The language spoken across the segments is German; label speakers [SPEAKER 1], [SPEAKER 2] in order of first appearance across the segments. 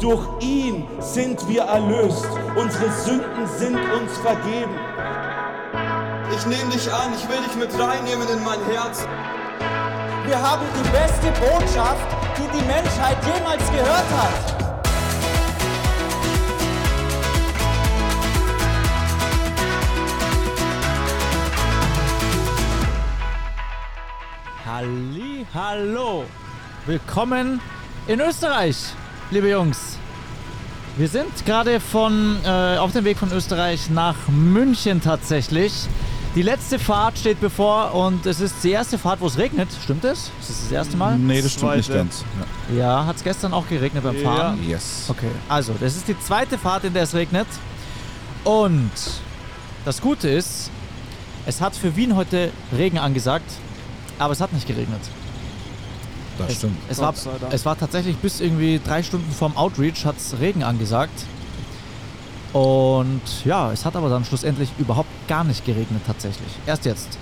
[SPEAKER 1] Durch ihn sind wir erlöst. Unsere Sünden sind uns vergeben.
[SPEAKER 2] Ich nehme dich an, ich will dich mit reinnehmen in mein Herz.
[SPEAKER 3] Wir haben die beste Botschaft, die die Menschheit jemals gehört hat.
[SPEAKER 4] Halli, hallo. Willkommen in Österreich, liebe Jungs. Wir sind gerade von äh, auf dem Weg von Österreich nach München tatsächlich. Die letzte Fahrt steht bevor und es ist die erste Fahrt, wo es regnet. Stimmt es? Ist es das erste Mal?
[SPEAKER 5] Nee, das stimmt nicht ganz.
[SPEAKER 4] Ja, hat es gestern auch geregnet beim Fahren?
[SPEAKER 5] Ja. Yes.
[SPEAKER 4] Okay, also das ist die zweite Fahrt, in der es regnet. Und das Gute ist, es hat für Wien heute Regen angesagt, aber es hat nicht geregnet.
[SPEAKER 5] Das
[SPEAKER 4] Es,
[SPEAKER 5] stimmt.
[SPEAKER 4] es, war,
[SPEAKER 2] Gott sei Dank.
[SPEAKER 4] es war tatsächlich bis irgendwie drei Stunden vorm Outreach hat es Regen angesagt. Und ja, es hat aber dann schlussendlich überhaupt gar nicht geregnet tatsächlich. Erst jetzt.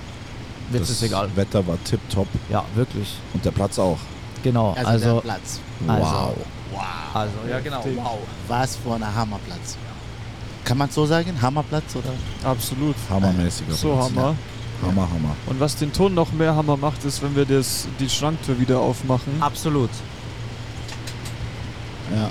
[SPEAKER 4] Jetzt
[SPEAKER 5] Das
[SPEAKER 4] ist egal.
[SPEAKER 5] Wetter war tipptopp
[SPEAKER 4] Ja, wirklich.
[SPEAKER 5] und der Platz auch.
[SPEAKER 4] Genau.
[SPEAKER 6] Also, der
[SPEAKER 4] Also,
[SPEAKER 6] Platz.
[SPEAKER 4] Also.
[SPEAKER 5] Wow.
[SPEAKER 4] also ja genau. Wow.
[SPEAKER 6] Was für ein Hammerplatz. Kann man so sagen? Hammerplatz oder?
[SPEAKER 2] Absolut. Äh,
[SPEAKER 4] Äh,
[SPEAKER 5] Hammermäßiger
[SPEAKER 2] So
[SPEAKER 5] Platz.
[SPEAKER 2] Hammer.
[SPEAKER 5] Hammer, Hammer.
[SPEAKER 2] Und was den Ton noch mehr Hammer macht, ist, wenn wir das, die Schranktür wieder aufmachen.
[SPEAKER 5] Ah.
[SPEAKER 4] Absolut.
[SPEAKER 6] Ja.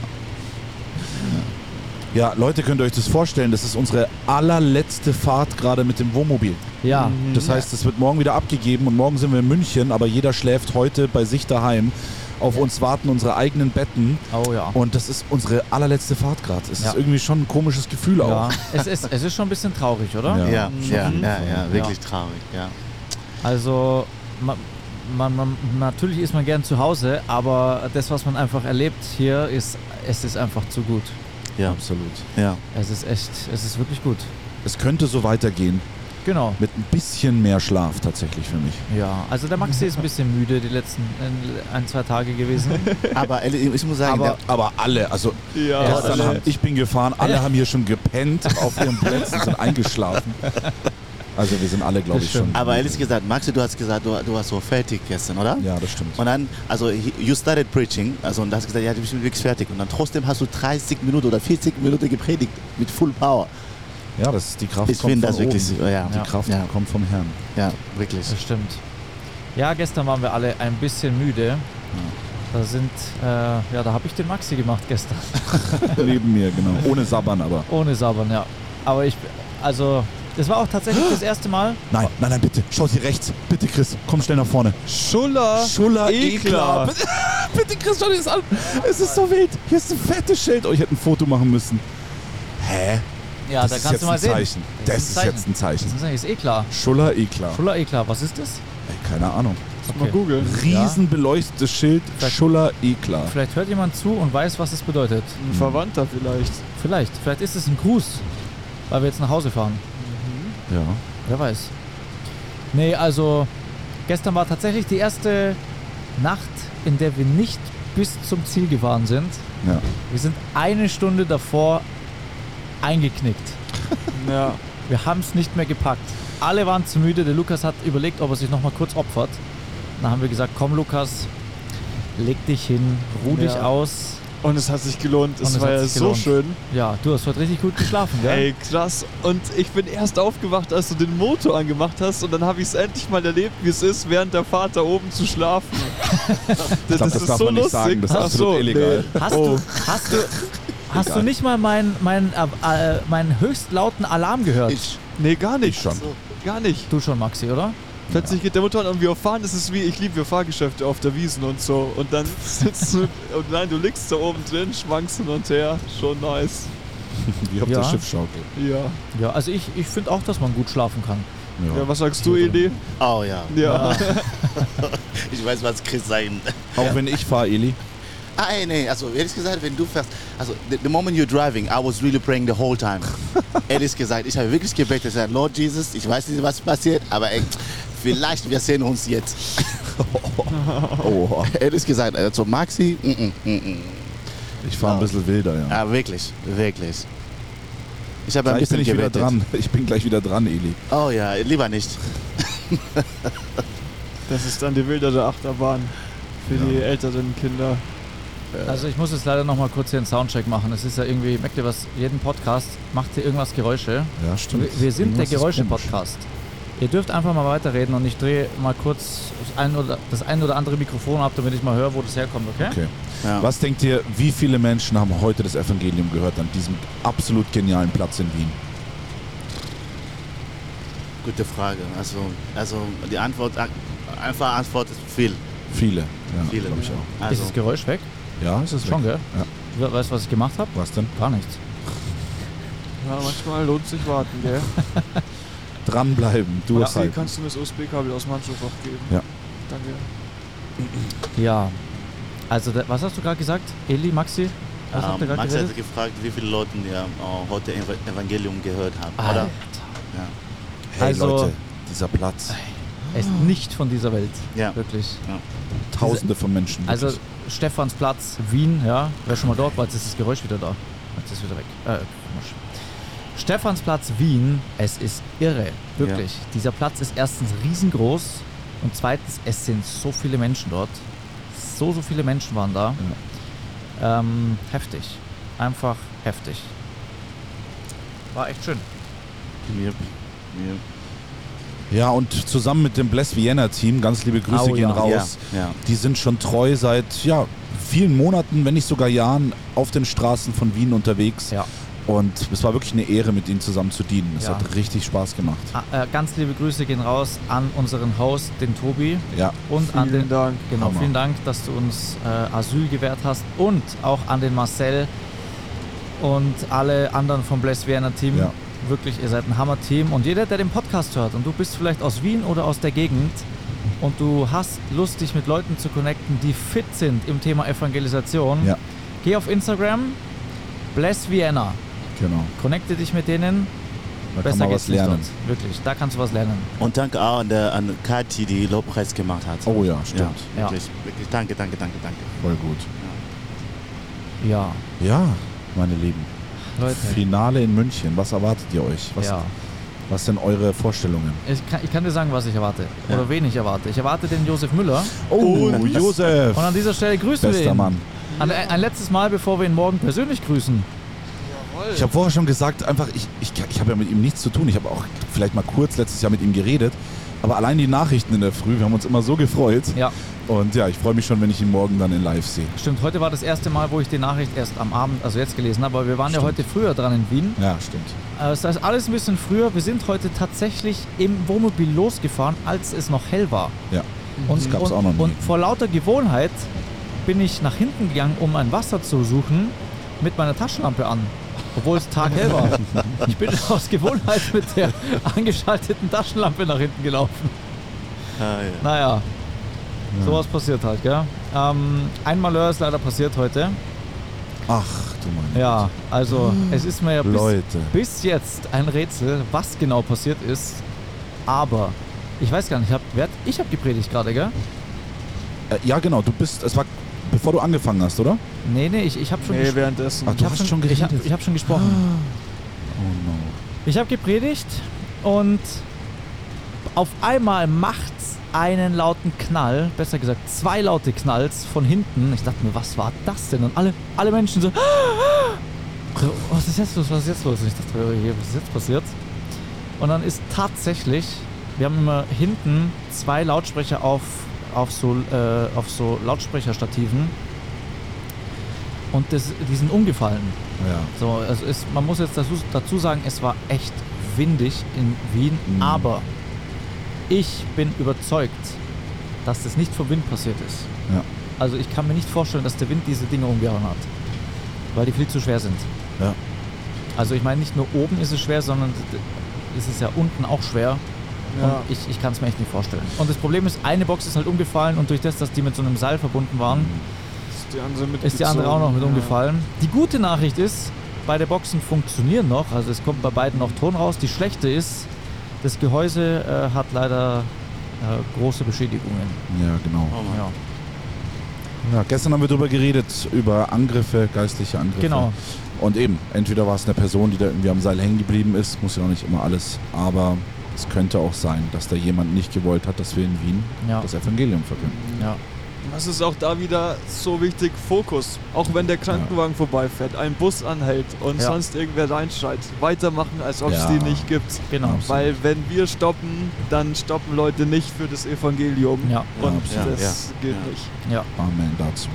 [SPEAKER 5] Ja, Leute, könnt ihr euch das vorstellen? Das ist unsere allerletzte Fahrt gerade mit dem Wohnmobil.
[SPEAKER 4] Ja.
[SPEAKER 5] Das heißt, es wird morgen wieder abgegeben und morgen sind wir in München, aber jeder schläft heute bei sich daheim. Auf uns warten unsere eigenen Betten
[SPEAKER 4] Oh ja.
[SPEAKER 5] und das ist unsere allerletzte Fahrt gerade. Es
[SPEAKER 4] Ja.
[SPEAKER 5] ist irgendwie schon ein komisches Gefühl
[SPEAKER 4] ja.
[SPEAKER 5] auch.
[SPEAKER 4] Es, ist, es ist schon ein bisschen traurig, oder?
[SPEAKER 5] Ja.
[SPEAKER 6] Ja, ja, ja, Mhm. ja, wirklich
[SPEAKER 4] Ja.
[SPEAKER 6] traurig, ja.
[SPEAKER 4] Also man, man, man, natürlich ist man gern zu Hause, aber das, was man einfach erlebt hier, ist es ist einfach zu gut.
[SPEAKER 6] Ja,
[SPEAKER 5] Absolut.
[SPEAKER 6] ja.
[SPEAKER 4] Es ist echt, es ist wirklich gut.
[SPEAKER 5] Es könnte so weitergehen
[SPEAKER 4] Genau.
[SPEAKER 5] mit ein bisschen mehr Schlaf tatsächlich für mich.
[SPEAKER 4] Ja, also der Maxi ist ein bisschen müde die letzten äh, ein, zwei Tage gewesen.
[SPEAKER 6] Aber ehrlich, ich muss sagen,
[SPEAKER 4] Aber-
[SPEAKER 6] der,
[SPEAKER 5] Aber alle, also
[SPEAKER 2] Ja,
[SPEAKER 4] Ja,
[SPEAKER 5] Gestern
[SPEAKER 2] alle.
[SPEAKER 5] haben, ich bin gefahren, alle
[SPEAKER 4] Ja.
[SPEAKER 5] haben hier schon gepennt auf ihren Plätzen, sind eingeschlafen. Also wir sind alle, glaube
[SPEAKER 4] Das
[SPEAKER 5] ich, schon.
[SPEAKER 4] stimmt.
[SPEAKER 6] aber ehrlich gesagt, Maxi, du hast gesagt, du, du warst so fertig gestern, oder?
[SPEAKER 5] Ja, das stimmt.
[SPEAKER 6] Und dann, also, he- you started preaching, also, und hast gesagt, ja, du bist wirklich fertig. Und dann trotzdem hast du 30 Minuten oder 40 Minuten gepredigt mit Full Power.
[SPEAKER 5] Ja, das ist die Kraft
[SPEAKER 6] Ich
[SPEAKER 5] kommt
[SPEAKER 6] finde
[SPEAKER 5] von
[SPEAKER 6] das wirklich,
[SPEAKER 5] oben.
[SPEAKER 6] so- ja,
[SPEAKER 5] Die Kraft
[SPEAKER 6] ja,
[SPEAKER 5] kommt vom Herrn.
[SPEAKER 6] ja, wirklich.
[SPEAKER 4] Das stimmt. Ja, gestern waren wir alle ein bisschen müde. Da sind, äh, ja, da habe ich den Maxi gemacht gestern.
[SPEAKER 5] Neben mir, genau. Ohne Sabbern aber.
[SPEAKER 4] Ohne Sabbern, ja. Aber ich, also, das war auch tatsächlich das erste Mal.
[SPEAKER 5] Nein, nein, nein, bitte. Schau sie rechts. Bitte, Chris, komm schnell nach vorne.
[SPEAKER 2] Schuller.
[SPEAKER 5] Schuller Eklar.
[SPEAKER 2] Eklar.
[SPEAKER 5] Bitte, bitte Chris, schau dir das an. Es ist so wild. Hier ist ein fettes Schild. Oh, ich hätte ein Foto machen müssen. Hä?
[SPEAKER 4] Ja,
[SPEAKER 5] das
[SPEAKER 4] da
[SPEAKER 5] ist
[SPEAKER 4] kannst
[SPEAKER 5] jetzt
[SPEAKER 4] du mal
[SPEAKER 5] ein
[SPEAKER 4] sehen.
[SPEAKER 5] Zeichen. Das ist
[SPEAKER 4] ein
[SPEAKER 5] jetzt ein
[SPEAKER 4] Das
[SPEAKER 5] Zeichen.
[SPEAKER 4] ist, ist eh klar.
[SPEAKER 5] Schuller Eklar.
[SPEAKER 4] Fuller eh klar. Was ist das?
[SPEAKER 5] Ey, Keine Ahnung.
[SPEAKER 2] Mal googeln.
[SPEAKER 5] Riesenbeleuchtetes Schild
[SPEAKER 4] Vielleicht-
[SPEAKER 5] Schuller Eklar.
[SPEAKER 4] Vielleicht hört jemand zu und weiß, was es bedeutet.
[SPEAKER 5] Mhm.
[SPEAKER 2] Ein Verwandter vielleicht.
[SPEAKER 4] Vielleicht. Vielleicht ist es ein Gruß, weil wir jetzt nach Hause fahren.
[SPEAKER 5] Ja.
[SPEAKER 4] Wer weiß. Nee, also gestern war tatsächlich die erste Nacht, in der wir nicht bis zum Ziel gefahren sind.
[SPEAKER 5] ja.
[SPEAKER 4] Wir sind eine Stunde davor eingeknickt.
[SPEAKER 2] Ja.
[SPEAKER 4] Wir haben es nicht mehr gepackt. Alle waren zu müde. Der Lukas hat überlegt, ob er sich nochmal kurz opfert. Dann haben wir gesagt, komm Lukas, leg dich hin, ruh dich
[SPEAKER 2] Ja.
[SPEAKER 4] aus.
[SPEAKER 2] Und es hat sich gelohnt.
[SPEAKER 4] Und
[SPEAKER 2] Es
[SPEAKER 4] es
[SPEAKER 2] war
[SPEAKER 4] hat
[SPEAKER 2] ja
[SPEAKER 4] sich
[SPEAKER 2] so
[SPEAKER 4] gelohnt.
[SPEAKER 2] schön.
[SPEAKER 4] Ja, du hast heute richtig gut geschlafen, gell?
[SPEAKER 2] Ey, krass. Und ich bin erst aufgewacht, als du den Motor angemacht hast. Und dann habe ich es endlich mal erlebt, wie es ist, während der Fahrt da oben zu schlafen.
[SPEAKER 5] Ich glaub, das darf man nicht sagen, das ist
[SPEAKER 2] Ach
[SPEAKER 5] absolut illegal.
[SPEAKER 4] Hast
[SPEAKER 2] Oh.
[SPEAKER 4] du, hast du, hast du
[SPEAKER 5] Egal.
[SPEAKER 4] nicht mal meinen meinen äh, äh, meinen höchst lauten Alarm gehört?
[SPEAKER 6] Ich,
[SPEAKER 2] Nee, gar nicht.
[SPEAKER 5] Ich schon.
[SPEAKER 2] Gar nicht.
[SPEAKER 4] Du schon, Maxi, oder?
[SPEAKER 2] Plötzlich geht der Motor an und wir fahren, das ist wie, ich liebe wir Fahrgeschäfte auf der Wiesen und so. Und dann sitzt du, und nein, du liegst da oben drin, schwankst hin und her, schon nice.
[SPEAKER 5] Wie auf
[SPEAKER 4] Ja.
[SPEAKER 5] der Schiffschaukel.
[SPEAKER 2] Ja.
[SPEAKER 4] Ja, also ich, ich finde auch, dass man gut schlafen kann.
[SPEAKER 5] Ja.
[SPEAKER 2] Ja, was sagst du, Edi?
[SPEAKER 6] oh ja,
[SPEAKER 2] Ja.
[SPEAKER 6] ich weiß, was Chris sagen
[SPEAKER 5] Auch wenn ich fahre, Eli.
[SPEAKER 6] Ah, ey, nee, also ehrlich gesagt, wenn du fährst, also the, the moment you're driving, I was really praying the whole time. ehrlich gesagt, ich habe wirklich gebetet, ich sag, Lord Jesus, ich weiß nicht, was passiert, aber ey, vielleicht wir sehen uns jetzt.
[SPEAKER 5] Oh,
[SPEAKER 6] ehrlich gesagt, also Maxi, mm -mm, mm -mm.
[SPEAKER 5] ich fahre ein bisschen wilder, ja.
[SPEAKER 6] Ah, wirklich, wirklich. Ich habe ein
[SPEAKER 5] Gleich
[SPEAKER 6] bisschen
[SPEAKER 5] bin ich wieder
[SPEAKER 6] gebetet.
[SPEAKER 5] dran. Ich bin gleich wieder dran, Eli.
[SPEAKER 6] Oh ja, lieber nicht.
[SPEAKER 2] Das ist dann die wildere Achterbahn für die älteren Kinder.
[SPEAKER 4] Also ich muss jetzt leider nochmal kurz hier einen Soundcheck machen. Es ist ja irgendwie, merkt ihr was, jeden Podcast macht hier irgendwas Geräusche.
[SPEAKER 5] Ja,
[SPEAKER 4] Wir,
[SPEAKER 5] stimmt.
[SPEAKER 4] wir sind der
[SPEAKER 5] Irgendwas ist
[SPEAKER 4] Geräusche-Podcast. Ihr dürft einfach mal weiterreden und ich drehe mal kurz das ein, oder, das ein oder andere Mikrofon ab, damit ich mal höre, wo das herkommt, okay?
[SPEAKER 5] Okay.
[SPEAKER 6] Ja.
[SPEAKER 5] Was denkt ihr, wie viele Menschen haben heute das Evangelium gehört an diesem absolut genialen Platz in Wien?
[SPEAKER 6] Gute Frage. Also, also die Antwort, einfache Antwort ist viel.
[SPEAKER 5] Viele. Ja,
[SPEAKER 6] Viele.
[SPEAKER 5] glaub ich auch.
[SPEAKER 4] Ist
[SPEAKER 6] Also,
[SPEAKER 4] das Geräusch weg?
[SPEAKER 5] Ja, ist es
[SPEAKER 4] Schon,
[SPEAKER 5] weg.
[SPEAKER 4] gell? We- Weißt du, was ich gemacht habe?
[SPEAKER 5] Was denn?
[SPEAKER 4] Gar nichts.
[SPEAKER 2] Ja, manchmal lohnt sich warten, gell?
[SPEAKER 5] Dranbleiben, halt-
[SPEAKER 2] USB
[SPEAKER 5] durchhalten.
[SPEAKER 2] kannst du mir das USB-Kabel aus dem Handschuhfach geben.
[SPEAKER 5] Ja.
[SPEAKER 2] Danke.
[SPEAKER 4] Ja. Also, da- was hast du gerade gesagt? Eli, Maxi? Was habt ihr
[SPEAKER 6] ähm,
[SPEAKER 4] gerade
[SPEAKER 6] Max hat
[SPEAKER 4] geredet?
[SPEAKER 6] gefragt, wie viele Leute ja, äh, heute Ev Evangelium gehört haben. Oder?
[SPEAKER 4] Alter,
[SPEAKER 5] Hey
[SPEAKER 4] Also-
[SPEAKER 5] Leute, dieser Platz.
[SPEAKER 4] er ist nicht von dieser Welt.
[SPEAKER 6] Ja.
[SPEAKER 4] Wirklich.
[SPEAKER 5] Tausende von Menschen.
[SPEAKER 4] Also
[SPEAKER 5] wirklich.
[SPEAKER 4] Stephansplatz, Wien, ja. Wer schon mal dort war, jetzt ist das Geräusch wieder da. Jetzt ist es wieder weg. Äh, komisch. Stephansplatz, Wien, es ist irre. Wirklich. Dieser Platz ist erstens riesengroß und zweitens, es sind so viele Menschen dort. So, so viele Menschen waren da. Ähm, heftig. Einfach heftig. War echt schön.
[SPEAKER 6] Yep. Yep.
[SPEAKER 5] ja, und zusammen mit dem Bless Vienna Team, ganz liebe Grüße
[SPEAKER 4] Au,
[SPEAKER 5] gehen
[SPEAKER 4] Oh ja.
[SPEAKER 5] raus.
[SPEAKER 6] Ja, ja.
[SPEAKER 5] Die sind schon treu seit ja, vielen Monaten, wenn nicht sogar Jahren, auf den Straßen von Wien unterwegs.
[SPEAKER 4] Ja.
[SPEAKER 5] Und es war wirklich eine Ehre, mit ihnen zusammen zu dienen. Es
[SPEAKER 4] Ja.
[SPEAKER 5] hat richtig Spaß gemacht.
[SPEAKER 4] Ah, Äh, ganz liebe Grüße gehen raus an unseren Host, den Tobi.
[SPEAKER 5] Ja,
[SPEAKER 4] Und an
[SPEAKER 2] Vielen
[SPEAKER 4] den
[SPEAKER 2] Dank.
[SPEAKER 4] Genau,
[SPEAKER 5] Hammer.
[SPEAKER 4] vielen Dank, dass du uns äh, Asyl gewährt hast und auch an den Marcel und alle anderen vom Bless Vienna Team.
[SPEAKER 5] Ja.
[SPEAKER 4] Wirklich, ihr seid ein Hammer-Team und jeder, der den Podcast hört und du bist vielleicht aus Wien oder aus der Gegend und du hast Lust, dich mit Leuten zu connecten, die fit sind im Thema Evangelisation,
[SPEAKER 5] Ja.
[SPEAKER 4] geh auf Instagram, Bless Vienna,
[SPEAKER 5] genau.
[SPEAKER 4] connecte dich mit denen,
[SPEAKER 5] Da kann
[SPEAKER 4] besser
[SPEAKER 5] man
[SPEAKER 4] geht's
[SPEAKER 5] was
[SPEAKER 4] nicht
[SPEAKER 5] lernen.
[SPEAKER 4] dort. Wirklich, da kannst du was lernen.
[SPEAKER 6] Und danke auch an, der, an Kathi, die Lobpreis gemacht hat.
[SPEAKER 5] Oh ja, stimmt.
[SPEAKER 6] ja,
[SPEAKER 4] Ja.
[SPEAKER 6] wirklich, wirklich. Danke, danke, danke, danke.
[SPEAKER 5] Voll gut.
[SPEAKER 4] Ja,
[SPEAKER 5] Ja, meine Lieben.
[SPEAKER 4] Leute.
[SPEAKER 5] Finale in München. Was erwartet ihr euch? Was,
[SPEAKER 4] Ja.
[SPEAKER 5] was sind eure Vorstellungen?
[SPEAKER 4] Ich kann, ich kann dir sagen, was ich erwarte. Oder wen ich erwarte. Ich erwarte den Josef Müller.
[SPEAKER 5] Oh, Josef!
[SPEAKER 4] Und an dieser Stelle grüßen wir
[SPEAKER 5] Bester
[SPEAKER 4] ihn.
[SPEAKER 5] Mann.
[SPEAKER 4] Ein, ein letztes Mal, bevor wir ihn morgen persönlich grüßen.
[SPEAKER 5] Ich habe vorher schon gesagt, einfach, ich, ich, ich habe ja mit ihm nichts zu tun. Ich habe auch vielleicht mal kurz letztes Jahr mit ihm geredet. Aber allein die Nachrichten in der Früh, wir haben uns immer so gefreut.
[SPEAKER 4] Ja,
[SPEAKER 5] Und ja, ich freue mich schon, wenn ich ihn morgen dann in live sehe.
[SPEAKER 4] stimmt. Heute war das erste Mal, wo ich die Nachricht erst am Abend, also jetzt gelesen habe. Aber wir waren ja heute früher dran in Wien.
[SPEAKER 5] Ja, stimmt.
[SPEAKER 4] Äh, Das heißt, alles ein bisschen früher. Wir sind heute tatsächlich im Wohnmobil losgefahren, als es noch hell war.
[SPEAKER 5] Ja.
[SPEAKER 4] Und,
[SPEAKER 5] Das gab's
[SPEAKER 4] und,
[SPEAKER 5] auch noch nie.
[SPEAKER 4] Und vor lauter Gewohnheit bin ich nach hinten gegangen, um ein Wasser zu suchen, mit meiner Taschenlampe an. Obwohl es taghell war. Ich bin aus Gewohnheit mit der angeschalteten Taschenlampe nach hinten gelaufen.
[SPEAKER 6] Ah, ja.
[SPEAKER 4] Naja, sowas passiert halt, gell? Ähm, ein Malheur ist leider passiert heute.
[SPEAKER 5] Ach, du meine.
[SPEAKER 4] Ja, also es ist mir ja bis,
[SPEAKER 5] Hm. Leute.
[SPEAKER 4] bis jetzt ein Rätsel, was genau passiert ist. Aber ich weiß gar nicht, ich hab, wer hat- ich habe gepredigt gerade, gell?
[SPEAKER 5] Äh, ja, genau, du bist, es war, bevor du angefangen hast, oder?
[SPEAKER 4] Nee, nee, ich, ich habe schon,
[SPEAKER 2] Nee,
[SPEAKER 4] gesprochen.
[SPEAKER 2] währenddessen.
[SPEAKER 5] Ach, du
[SPEAKER 4] ich hab
[SPEAKER 5] hast schon
[SPEAKER 4] ich hab,
[SPEAKER 5] geredet.
[SPEAKER 4] ich hab schon gesprochen.
[SPEAKER 5] Oh no.
[SPEAKER 4] Ich habe gepredigt und auf einmal macht's einen lauten Knall, besser gesagt zwei laute Knalls von hinten. Ich dachte mir, was war das denn? Und alle, alle Menschen so, so, was ist jetzt los, was ist jetzt los? Und ich dachte, mir, oh je, was ist jetzt passiert? Und dann ist tatsächlich, wir haben immer hinten zwei Lautsprecher auf, auf, so, äh, auf so Lautsprecherstativen und das, die sind umgefallen.
[SPEAKER 5] Ja.
[SPEAKER 4] So, also es, man muss jetzt dazu, dazu sagen, es war echt windig in Wien,
[SPEAKER 5] Mhm.
[SPEAKER 4] aber ich bin überzeugt, dass das nicht vom Wind passiert ist.
[SPEAKER 5] Ja.
[SPEAKER 4] Also ich kann mir nicht vorstellen, dass der Wind diese Dinge umgehauen hat, weil die viel zu schwer sind.
[SPEAKER 5] Ja.
[SPEAKER 4] Also ich meine, nicht nur oben ist es schwer, sondern es ist ja unten auch schwer.
[SPEAKER 2] Ja.
[SPEAKER 4] Und ich, ich kann es mir echt nicht vorstellen. Und das Problem ist, eine Box ist halt umgefallen und durch das, dass die mit so einem Seil verbunden waren,
[SPEAKER 2] Ist die andere,
[SPEAKER 4] ist die andere auch noch mit
[SPEAKER 2] mitgezogen,
[SPEAKER 4] umgefallen. Die gute Nachricht ist, beide Boxen funktionieren noch, also es kommt bei beiden noch Ton raus. Die schlechte ist, das Gehäuse äh, hat leider äh, große Beschädigungen.
[SPEAKER 5] Ja, genau.
[SPEAKER 6] Oh Mann.
[SPEAKER 4] Ja.
[SPEAKER 5] Ja, gestern haben wir darüber geredet, über Angriffe, geistliche Angriffe.
[SPEAKER 4] Genau.
[SPEAKER 5] Und eben, entweder war es eine Person, die da irgendwie am Seil hängen geblieben ist, muss ja auch nicht immer alles, aber es könnte auch sein, dass da jemand nicht gewollt hat, dass wir in Wien
[SPEAKER 4] Ja.
[SPEAKER 5] das Evangelium verkünden.
[SPEAKER 4] Ja.
[SPEAKER 2] Was ist auch da wieder so wichtig? Fokus. Auch wenn der Krankenwagen vorbeifährt, ein Bus anhält und
[SPEAKER 4] Ja.
[SPEAKER 2] sonst irgendwer reinschreit. Weitermachen, als ob es
[SPEAKER 5] Ja.
[SPEAKER 2] die nicht gibt.
[SPEAKER 4] Genau.
[SPEAKER 2] Weil wenn wir stoppen, dann stoppen Leute nicht für das Evangelium.
[SPEAKER 4] Ja.
[SPEAKER 2] Und
[SPEAKER 5] Ja,
[SPEAKER 6] absolut.
[SPEAKER 2] das
[SPEAKER 6] Ja,
[SPEAKER 2] geht
[SPEAKER 6] ja.
[SPEAKER 2] nicht.
[SPEAKER 4] Ja.
[SPEAKER 5] Amen dazu.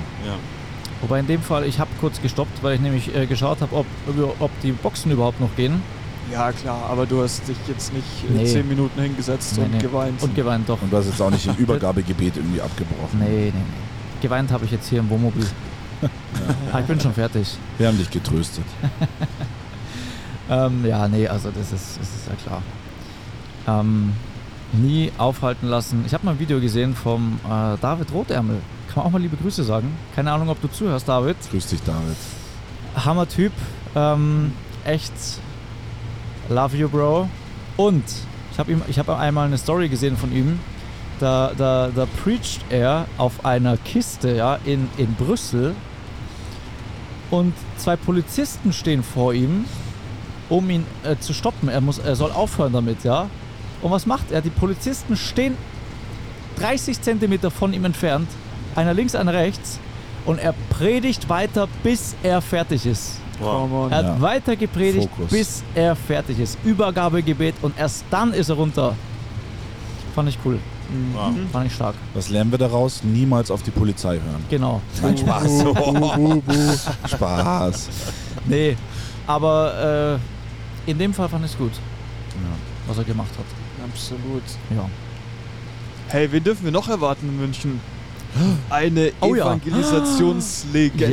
[SPEAKER 4] Wobei in dem Fall, ich habe kurz gestoppt, weil ich nämlich äh, geschaut habe, ob, ob die Boxen überhaupt noch gehen.
[SPEAKER 2] Ja klar, aber du hast dich jetzt nicht äh,
[SPEAKER 4] Nee.
[SPEAKER 2] zehn Minuten hingesetzt
[SPEAKER 4] Nee,
[SPEAKER 2] und
[SPEAKER 4] nee.
[SPEAKER 2] geweint.
[SPEAKER 4] Und geweint doch.
[SPEAKER 5] Und du hast jetzt auch nicht im Übergabegebet irgendwie abgebrochen.
[SPEAKER 4] Nee, nee, nee. Geweint habe ich jetzt hier im Wohnmobil. ah, ich bin schon fertig.
[SPEAKER 5] Wir haben dich getröstet.
[SPEAKER 4] Ähm, ja, nee, also das ist, das ist ja klar. Ähm, nie aufhalten lassen. Ich habe mal ein Video gesehen vom äh, David Rotärmel. Kann man auch mal liebe Grüße sagen. Keine Ahnung, ob du zuhörst, David.
[SPEAKER 5] Grüß dich, David.
[SPEAKER 4] Hammer-Typ. Ähm, echt. Love you, Bro. Und ich habe hab einmal eine Story gesehen von ihm. Da, da, da preacht er auf einer Kiste ja, in, in Brüssel. Und zwei Polizisten stehen vor ihm, um ihn äh, zu stoppen. Er, muss, er soll aufhören damit, ja. Und was macht er? Die Polizisten stehen 30 Zentimeter von ihm entfernt. Einer links, einer rechts. Und er predigt weiter, bis er fertig ist.
[SPEAKER 2] Come on.
[SPEAKER 4] Er hat
[SPEAKER 5] Ja.
[SPEAKER 4] weiter gepredigt,
[SPEAKER 5] Fokus.
[SPEAKER 4] bis er fertig ist. Übergabegebet und erst dann ist er runter. Fand ich cool. Mhm. Fand ich stark.
[SPEAKER 5] Was lernen wir daraus? Niemals auf die Polizei hören.
[SPEAKER 4] Genau.
[SPEAKER 5] Nein, Spaß. Spaß.
[SPEAKER 4] Nee. Aber äh, in dem Fall fand ich es gut, was er gemacht hat.
[SPEAKER 2] Absolut.
[SPEAKER 4] Ja.
[SPEAKER 2] Hey, wen dürfen wir noch erwarten in München? Eine
[SPEAKER 4] Oh ja. Ja.
[SPEAKER 2] Evangelisationslegende.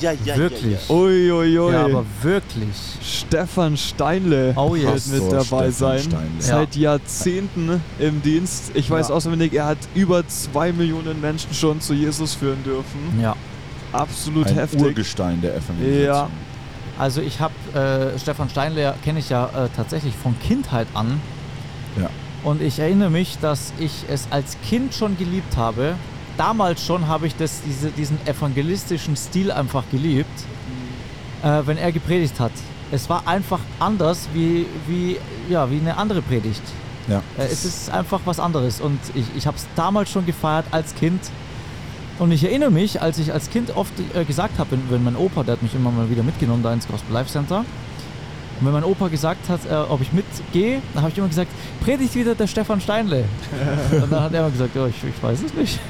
[SPEAKER 6] ja, ja.
[SPEAKER 4] Wirklich.
[SPEAKER 2] Uiuiui.
[SPEAKER 4] Ja, aber wirklich.
[SPEAKER 2] Stefan Steinle
[SPEAKER 4] Oh ja.
[SPEAKER 2] wird mit
[SPEAKER 5] Pastor
[SPEAKER 2] dabei
[SPEAKER 5] Stefan
[SPEAKER 2] sein.
[SPEAKER 5] Steinle.
[SPEAKER 2] Seit Jahrzehnten im Dienst. Ich weiß
[SPEAKER 4] Ja.
[SPEAKER 2] auswendig, er hat über zwei Millionen Menschen schon zu Jesus führen dürfen.
[SPEAKER 4] Ja.
[SPEAKER 2] Absolut
[SPEAKER 5] Ein
[SPEAKER 2] heftig.
[SPEAKER 5] Urgestein der Evangelisation.
[SPEAKER 4] Also ich habe äh, Stefan Steinle kenne ich ja äh, tatsächlich von Kindheit an.
[SPEAKER 5] Ja.
[SPEAKER 4] Und ich erinnere mich, dass ich es als Kind schon geliebt habe. Damals schon habe ich das, diese, diesen evangelistischen Stil einfach geliebt, äh, wenn er gepredigt hat. Es war einfach anders wie, wie, ja, wie eine andere Predigt.
[SPEAKER 5] Ja.
[SPEAKER 4] Äh, es ist einfach was anderes. Und ich, ich habe es damals schon gefeiert als Kind. Und ich erinnere mich, als ich als Kind oft äh, gesagt habe, wenn, wenn mein Opa, der hat mich immer mal wieder mitgenommen da ins Gospel Life Center. Und wenn mein Opa gesagt hat, äh, ob ich mitgehe, dann habe ich immer gesagt, predigt wieder der Stefan Steinle. Und dann hat er immer gesagt, ja, ich, ich weiß es nicht.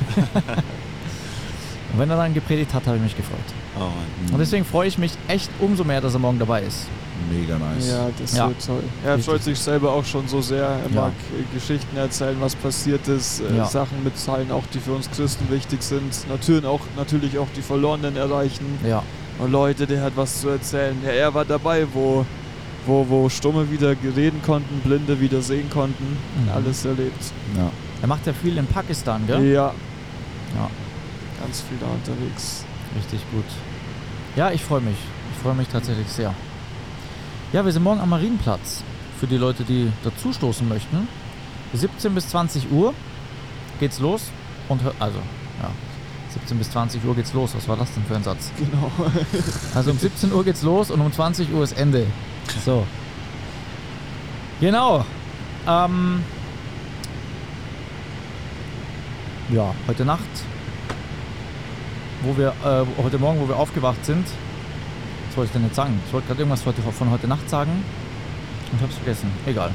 [SPEAKER 4] Und wenn er dann gepredigt hat, habe ich mich gefreut.
[SPEAKER 6] Oh Mann.
[SPEAKER 4] Und deswegen freue ich mich echt umso mehr, dass er morgen dabei ist.
[SPEAKER 5] Mega nice.
[SPEAKER 2] Ja, das
[SPEAKER 4] Ja.
[SPEAKER 2] wird toll. Er
[SPEAKER 4] Richtig.
[SPEAKER 2] freut sich selber auch schon so sehr. Er
[SPEAKER 4] Ja.
[SPEAKER 2] mag äh, Geschichten erzählen, was passiert ist, äh,
[SPEAKER 4] Ja.
[SPEAKER 2] Sachen mitteilen, auch die für uns Christen wichtig sind. Natürlich auch, natürlich auch die Verlorenen erreichen.
[SPEAKER 4] Ja,
[SPEAKER 2] Und Leute, der hat was zu erzählen. Ja, er war dabei, wo, wo, wo Stumme wieder reden konnten, Blinde wieder sehen konnten.
[SPEAKER 4] Mhm.
[SPEAKER 2] Alles erlebt.
[SPEAKER 5] Ja.
[SPEAKER 4] er macht ja viel in Pakistan,
[SPEAKER 2] Ja.
[SPEAKER 4] gell? Ja.
[SPEAKER 2] Ganz viel da unterwegs.
[SPEAKER 4] Richtig gut. Ja, ich freue mich. Ich freue mich tatsächlich sehr. Ja, wir sind morgen am Marienplatz. Für die Leute, die dazustoßen möchten. 17 bis 20 Uhr geht's los. Und hör- also, ja. 17 bis 20 Uhr geht's los. Was war das denn für ein Satz?
[SPEAKER 2] Genau.
[SPEAKER 4] Also um 17 Uhr geht's los und um 20 Uhr ist Ende. So. Genau. Ähm, ja, heute Nacht, wo wir, äh, heute Morgen, wo wir aufgewacht sind, was wollte ich denn jetzt sagen? Ich wollte gerade irgendwas heute, von heute Nacht sagen und hab's vergessen. Egal.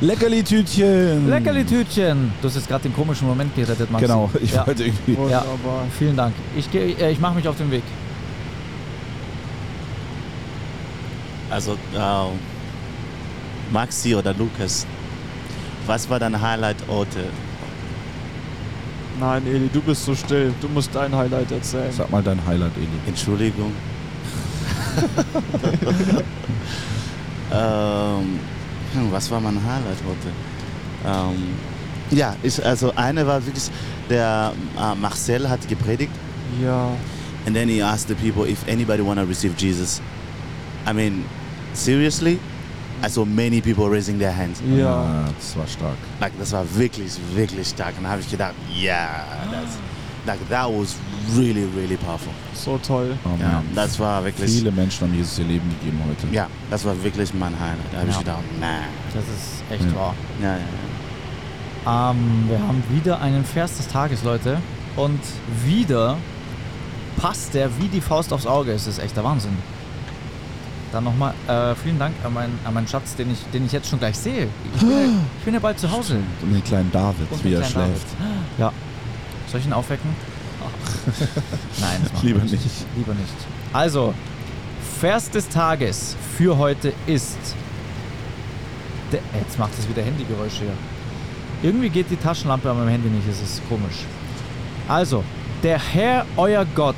[SPEAKER 5] Leckerli-Tütchen.
[SPEAKER 4] Leckerli-Tütchen! Du hast jetzt gerade den komischen Moment gerettet, Max.
[SPEAKER 5] Genau, ich
[SPEAKER 4] ja.
[SPEAKER 5] wollte irgendwie.
[SPEAKER 2] Wunderbar.
[SPEAKER 4] Vielen Dank. Ich, geh- äh, ich mache mich auf den Weg.
[SPEAKER 6] Also, äh, Maxi oder Lukas, was war dein Highlight-Orte?
[SPEAKER 2] Nein, Eli, du bist so still. Du musst dein Highlight erzählen.
[SPEAKER 5] Sag mal dein Highlight, Eli.
[SPEAKER 6] Entschuldigung. ähm, hm, was war mein Highlight heute? Ähm, ja, ist, also eine war wirklich, der äh, Marcel hat gepredigt
[SPEAKER 2] Ja.
[SPEAKER 6] and then he asked the people if anybody wanna receive Jesus. I mean, seriously? I saw many people raising their hands.
[SPEAKER 2] Ja.
[SPEAKER 5] Ah, das war stark.
[SPEAKER 6] Like, das war wirklich, wirklich stark. Und da habe ich gedacht, ja, das, like, that was really, really powerful.
[SPEAKER 2] So toll.
[SPEAKER 5] Oh,
[SPEAKER 6] Ja,
[SPEAKER 5] man.
[SPEAKER 6] das war wirklich,
[SPEAKER 5] Viele Menschen haben Jesus ihr Leben gegeben heute.
[SPEAKER 6] ja, das war wirklich mein Highlight. Da habe ich
[SPEAKER 4] Ja.
[SPEAKER 6] gedacht, na,
[SPEAKER 4] Das ist echt
[SPEAKER 5] Ja.
[SPEAKER 4] wahr.
[SPEAKER 6] ja, ja.
[SPEAKER 4] Ähm, wir haben wieder einen Vers des Tages, Leute. und wieder passt der wie die Faust aufs Auge. Es ist echt der Wahnsinn. Dann nochmal äh, vielen Dank an meinen, an meinen Schatz, den ich, den ich jetzt schon gleich sehe. Ich bin, ja, ich bin ja bald zu Hause.
[SPEAKER 5] Und den kleinen David,
[SPEAKER 4] Und
[SPEAKER 5] wie
[SPEAKER 4] den
[SPEAKER 5] er
[SPEAKER 4] kleinen
[SPEAKER 5] schläft.
[SPEAKER 4] David. Ja. Soll ich ihn aufwecken? Nein, das machen wir
[SPEAKER 5] Lieber nicht.
[SPEAKER 4] Lieber nicht. Also, Vers des Tages für heute ist. Der, jetzt macht es wieder Handygeräusche hier. Irgendwie geht die Taschenlampe an meinem Handy nicht, es ist komisch. Also, der Herr, euer Gott,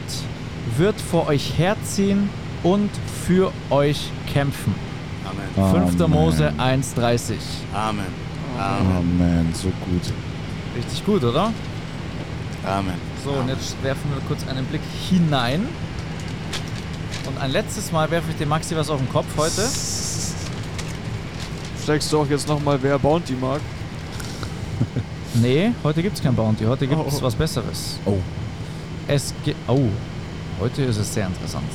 [SPEAKER 4] wird vor euch herziehen und für euch kämpfen.
[SPEAKER 6] Amen.
[SPEAKER 5] Amen.
[SPEAKER 4] 5. Mose 1,30.
[SPEAKER 6] Amen. Amen.
[SPEAKER 5] Amen, Oh so gut.
[SPEAKER 4] Richtig gut, oder?
[SPEAKER 6] Amen.
[SPEAKER 4] So, und jetzt werfen wir kurz einen Blick hinein. Und ein letztes Mal werfe ich dem Maxi was auf den Kopf heute.
[SPEAKER 2] Steigst du auch jetzt nochmal, wer Bounty mag?
[SPEAKER 4] Nee, heute gibt's kein Bounty. Heute gibt's
[SPEAKER 2] Oh, oh.
[SPEAKER 4] was Besseres.
[SPEAKER 5] Oh.
[SPEAKER 4] Es gibt. Oh, heute ist es sehr interessant.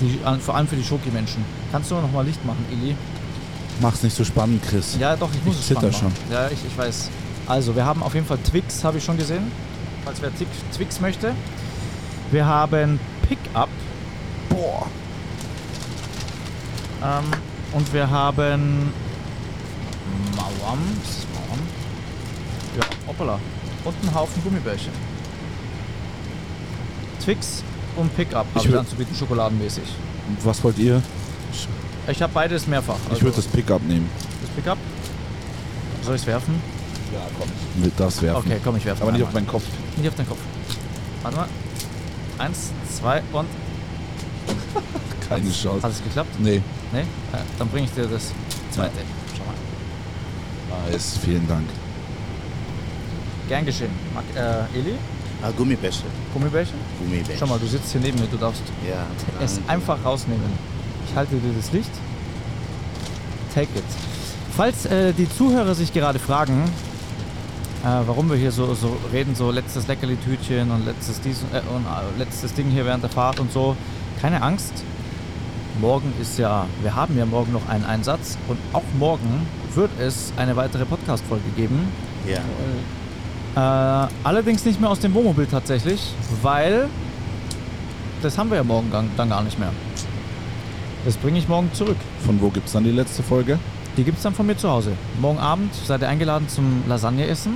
[SPEAKER 4] Die, an- vor allem für die Schoki-Menschen. Kannst du noch mal Licht machen, Ili?
[SPEAKER 5] Mach's nicht so spannend, Chris.
[SPEAKER 4] Ja, doch, ich muss
[SPEAKER 5] Ich
[SPEAKER 4] es
[SPEAKER 5] zitter
[SPEAKER 4] spannend machen. Ja, ich, ich weiß. Also, wir haben auf jeden Fall Twix, habe ich schon gesehen. Falls wer Twix, Twix möchte. Wir haben Pickup.
[SPEAKER 5] Boah.
[SPEAKER 4] Ähm, und wir haben Mauern. Ist das Mauern? Ja, hoppala. Und einen Haufen Gummibärchen. Twix und Pickup
[SPEAKER 5] Ich
[SPEAKER 4] habe ich
[SPEAKER 5] wür-
[SPEAKER 4] anzubieten, schokoladenmäßig.
[SPEAKER 5] Was wollt ihr?
[SPEAKER 4] Ich habe beides mehrfach. Also,
[SPEAKER 5] Ich würde das Pickup nehmen.
[SPEAKER 4] das Pickup. Soll ich es werfen?
[SPEAKER 5] Will das werfen.
[SPEAKER 4] Okay, komm, ich werfe.
[SPEAKER 5] Aber nicht auf meinen Kopf.
[SPEAKER 4] nicht auf deinen Kopf. Warte mal. Eins, zwei und.
[SPEAKER 5] Keine Chance.
[SPEAKER 4] Hat es geklappt?
[SPEAKER 5] Nee.
[SPEAKER 4] Nee? Ja, dann bringe ich dir das zweite. Schau mal. Also-
[SPEAKER 5] Nice, vielen Dank.
[SPEAKER 4] Gern geschehen. Mag, äh, Eli,
[SPEAKER 6] Ah, Gummibäsche.
[SPEAKER 4] Gummibärchen?
[SPEAKER 6] Gummibäsche.
[SPEAKER 4] Schau mal, du sitzt hier neben mir, du darfst
[SPEAKER 6] Ja.
[SPEAKER 4] es
[SPEAKER 6] danke.
[SPEAKER 4] einfach rausnehmen. Ich halte dir das Licht. Take it. Falls äh, die Zuhörer sich gerade fragen, äh, warum wir hier so, so reden, so letztes Leckerli-Tütchen und letztes dies äh, und äh, letztes Ding hier während der Fahrt und so, keine Angst. Morgen ist ja, wir haben ja morgen noch einen Einsatz und auch morgen wird es eine weitere Podcast-Folge geben.
[SPEAKER 6] Ja.
[SPEAKER 4] Äh, allerdings nicht mehr aus dem Wohnmobil tatsächlich, weil das haben wir ja morgen gang- dann gar nicht mehr. Das bringe ich morgen zurück.
[SPEAKER 5] Von wo gibt's dann die letzte Folge?
[SPEAKER 4] Die gibt es dann von mir zu Hause. Morgen Abend seid ihr eingeladen zum Lasagne-Essen.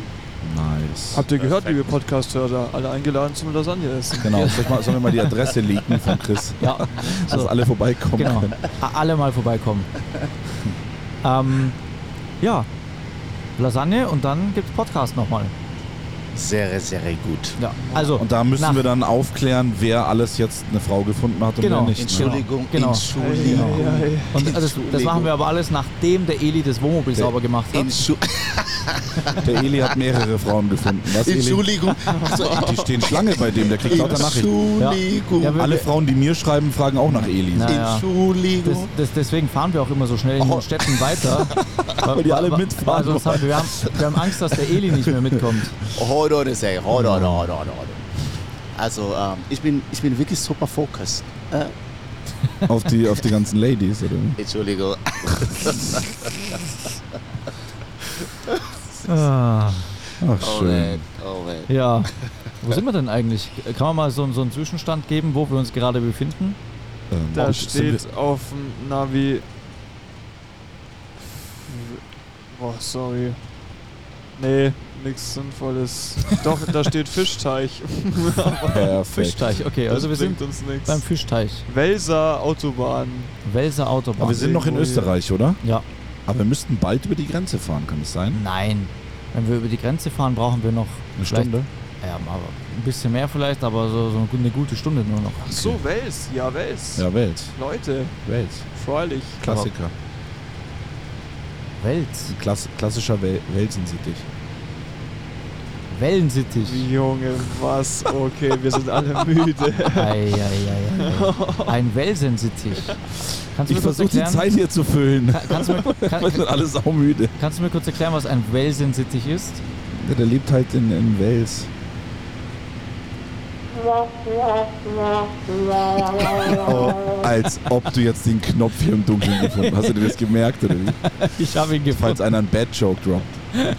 [SPEAKER 5] Nice.
[SPEAKER 2] Habt ihr gehört, liebe Podcast-Hörer? Alle eingeladen zum Lasagne-Essen.
[SPEAKER 5] Genau, soll ich mal, sollen wir mal die Adresse leaken von Chris,
[SPEAKER 4] Ja,
[SPEAKER 5] dass alle vorbeikommen
[SPEAKER 4] genau.
[SPEAKER 5] können?
[SPEAKER 4] A- Alle mal vorbeikommen. ähm, ja, Lasagne und dann gibt's Podcast nochmal.
[SPEAKER 6] Sehr, sehr gut.
[SPEAKER 4] Ja, also
[SPEAKER 5] Und da müssen
[SPEAKER 4] nach-
[SPEAKER 5] wir dann aufklären, wer alles jetzt eine Frau gefunden hat und
[SPEAKER 4] Genau.
[SPEAKER 5] wer nicht.
[SPEAKER 6] Entschuldigung,
[SPEAKER 4] Genau.
[SPEAKER 6] Entschuldigung.
[SPEAKER 4] und das-
[SPEAKER 6] also,
[SPEAKER 4] das, das machen wir aber alles, nachdem der Eli das Wohnmobil sauber gemacht hat.
[SPEAKER 6] Entschu-
[SPEAKER 5] Ne? Der Eli hat mehrere Frauen gefunden. Was, Eli?
[SPEAKER 6] Entschuldigung.
[SPEAKER 5] Die stehen Schlange bei dem, der kriegt lauter Nachrichten.
[SPEAKER 6] Entschuldigung.
[SPEAKER 4] Ja, wir-
[SPEAKER 5] Alle Frauen, die mir schreiben, fragen auch nach Eli.
[SPEAKER 4] Na, ja. Das,
[SPEAKER 6] Entschuldigung.
[SPEAKER 4] das, deswegen fahren wir auch immer so schnell in den Städten weiter. weil
[SPEAKER 5] Oh. die alle mitfahren
[SPEAKER 4] Weil sonst haben wir, wir haben, wir haben Angst, dass der Eli nicht mehr mitkommt.
[SPEAKER 6] Hold on a second. Hold on, hold on, hold on. Also, ähm, ich, bin, ich bin wirklich super focused. Äh,
[SPEAKER 5] Auf, die, auf die ganzen Ladies, oder?
[SPEAKER 6] Entschuldigung.
[SPEAKER 5] Ah. Ach,
[SPEAKER 6] Oh,
[SPEAKER 5] schön.
[SPEAKER 6] man. Oh, man.
[SPEAKER 4] ja. Wo sind wir denn eigentlich? Kann man mal so, einen- so einen Zwischenstand geben, wo wir uns gerade befinden?
[SPEAKER 5] Ähm,
[SPEAKER 2] Da
[SPEAKER 5] ob- sind
[SPEAKER 2] steht auf dem Navi. Boah, sorry. Nee, nichts Sinnvolles. Doch, da steht Fischteich.
[SPEAKER 5] wir perfekt.
[SPEAKER 4] Fischteich, okay.
[SPEAKER 2] Das
[SPEAKER 4] Also wir
[SPEAKER 2] bringt
[SPEAKER 4] sind
[SPEAKER 2] uns
[SPEAKER 4] beim
[SPEAKER 2] nichts.
[SPEAKER 4] Fischteich.
[SPEAKER 2] Welser Autobahn.
[SPEAKER 4] Welser Autobahn.
[SPEAKER 5] Aber wir sind noch in
[SPEAKER 4] Oh,
[SPEAKER 2] Irgendwo hier.
[SPEAKER 5] Österreich, oder?
[SPEAKER 4] ja.
[SPEAKER 5] Aber wir müssten bald über die Grenze fahren, kann es sein?
[SPEAKER 4] Nein. Wenn wir über die Grenze fahren, brauchen wir noch
[SPEAKER 5] Eine
[SPEAKER 4] vielleicht-
[SPEAKER 5] Stunde?
[SPEAKER 4] Ja, aber ein bisschen mehr vielleicht, aber so, so eine gute Stunde nur noch.
[SPEAKER 2] Ach so, Wels. Ja, Wels.
[SPEAKER 5] Ja, Welt.
[SPEAKER 2] Leute,
[SPEAKER 5] Welt.
[SPEAKER 2] freilich.
[SPEAKER 5] Klassiker.
[SPEAKER 4] Wels.
[SPEAKER 5] Klass klassischer Wel Welsensittich.
[SPEAKER 4] Wellensittich.
[SPEAKER 2] Junge, was? Okay, wir sind alle müde.
[SPEAKER 4] Ei, ei, ei, ei, ei. Ein Welsensittich. Kannst du
[SPEAKER 5] Ich
[SPEAKER 4] mir kurz
[SPEAKER 5] versuche die
[SPEAKER 4] erklären?
[SPEAKER 5] Zeit hier zu füllen.
[SPEAKER 4] Ka- Kannst du, mir,
[SPEAKER 5] Wir
[SPEAKER 4] kann,
[SPEAKER 5] sind alle saumüde.
[SPEAKER 4] kannst du mir kurz erklären, was ein Welsensittich ist?
[SPEAKER 5] Ja, der lebt halt in, in Wels. Oh, als ob du jetzt den Knopf hier im Dunkeln gefunden hast. Hast du dir das gemerkt oder wie?
[SPEAKER 4] Ich habe ihn
[SPEAKER 5] Falls einer einen Bad-Joke droppt.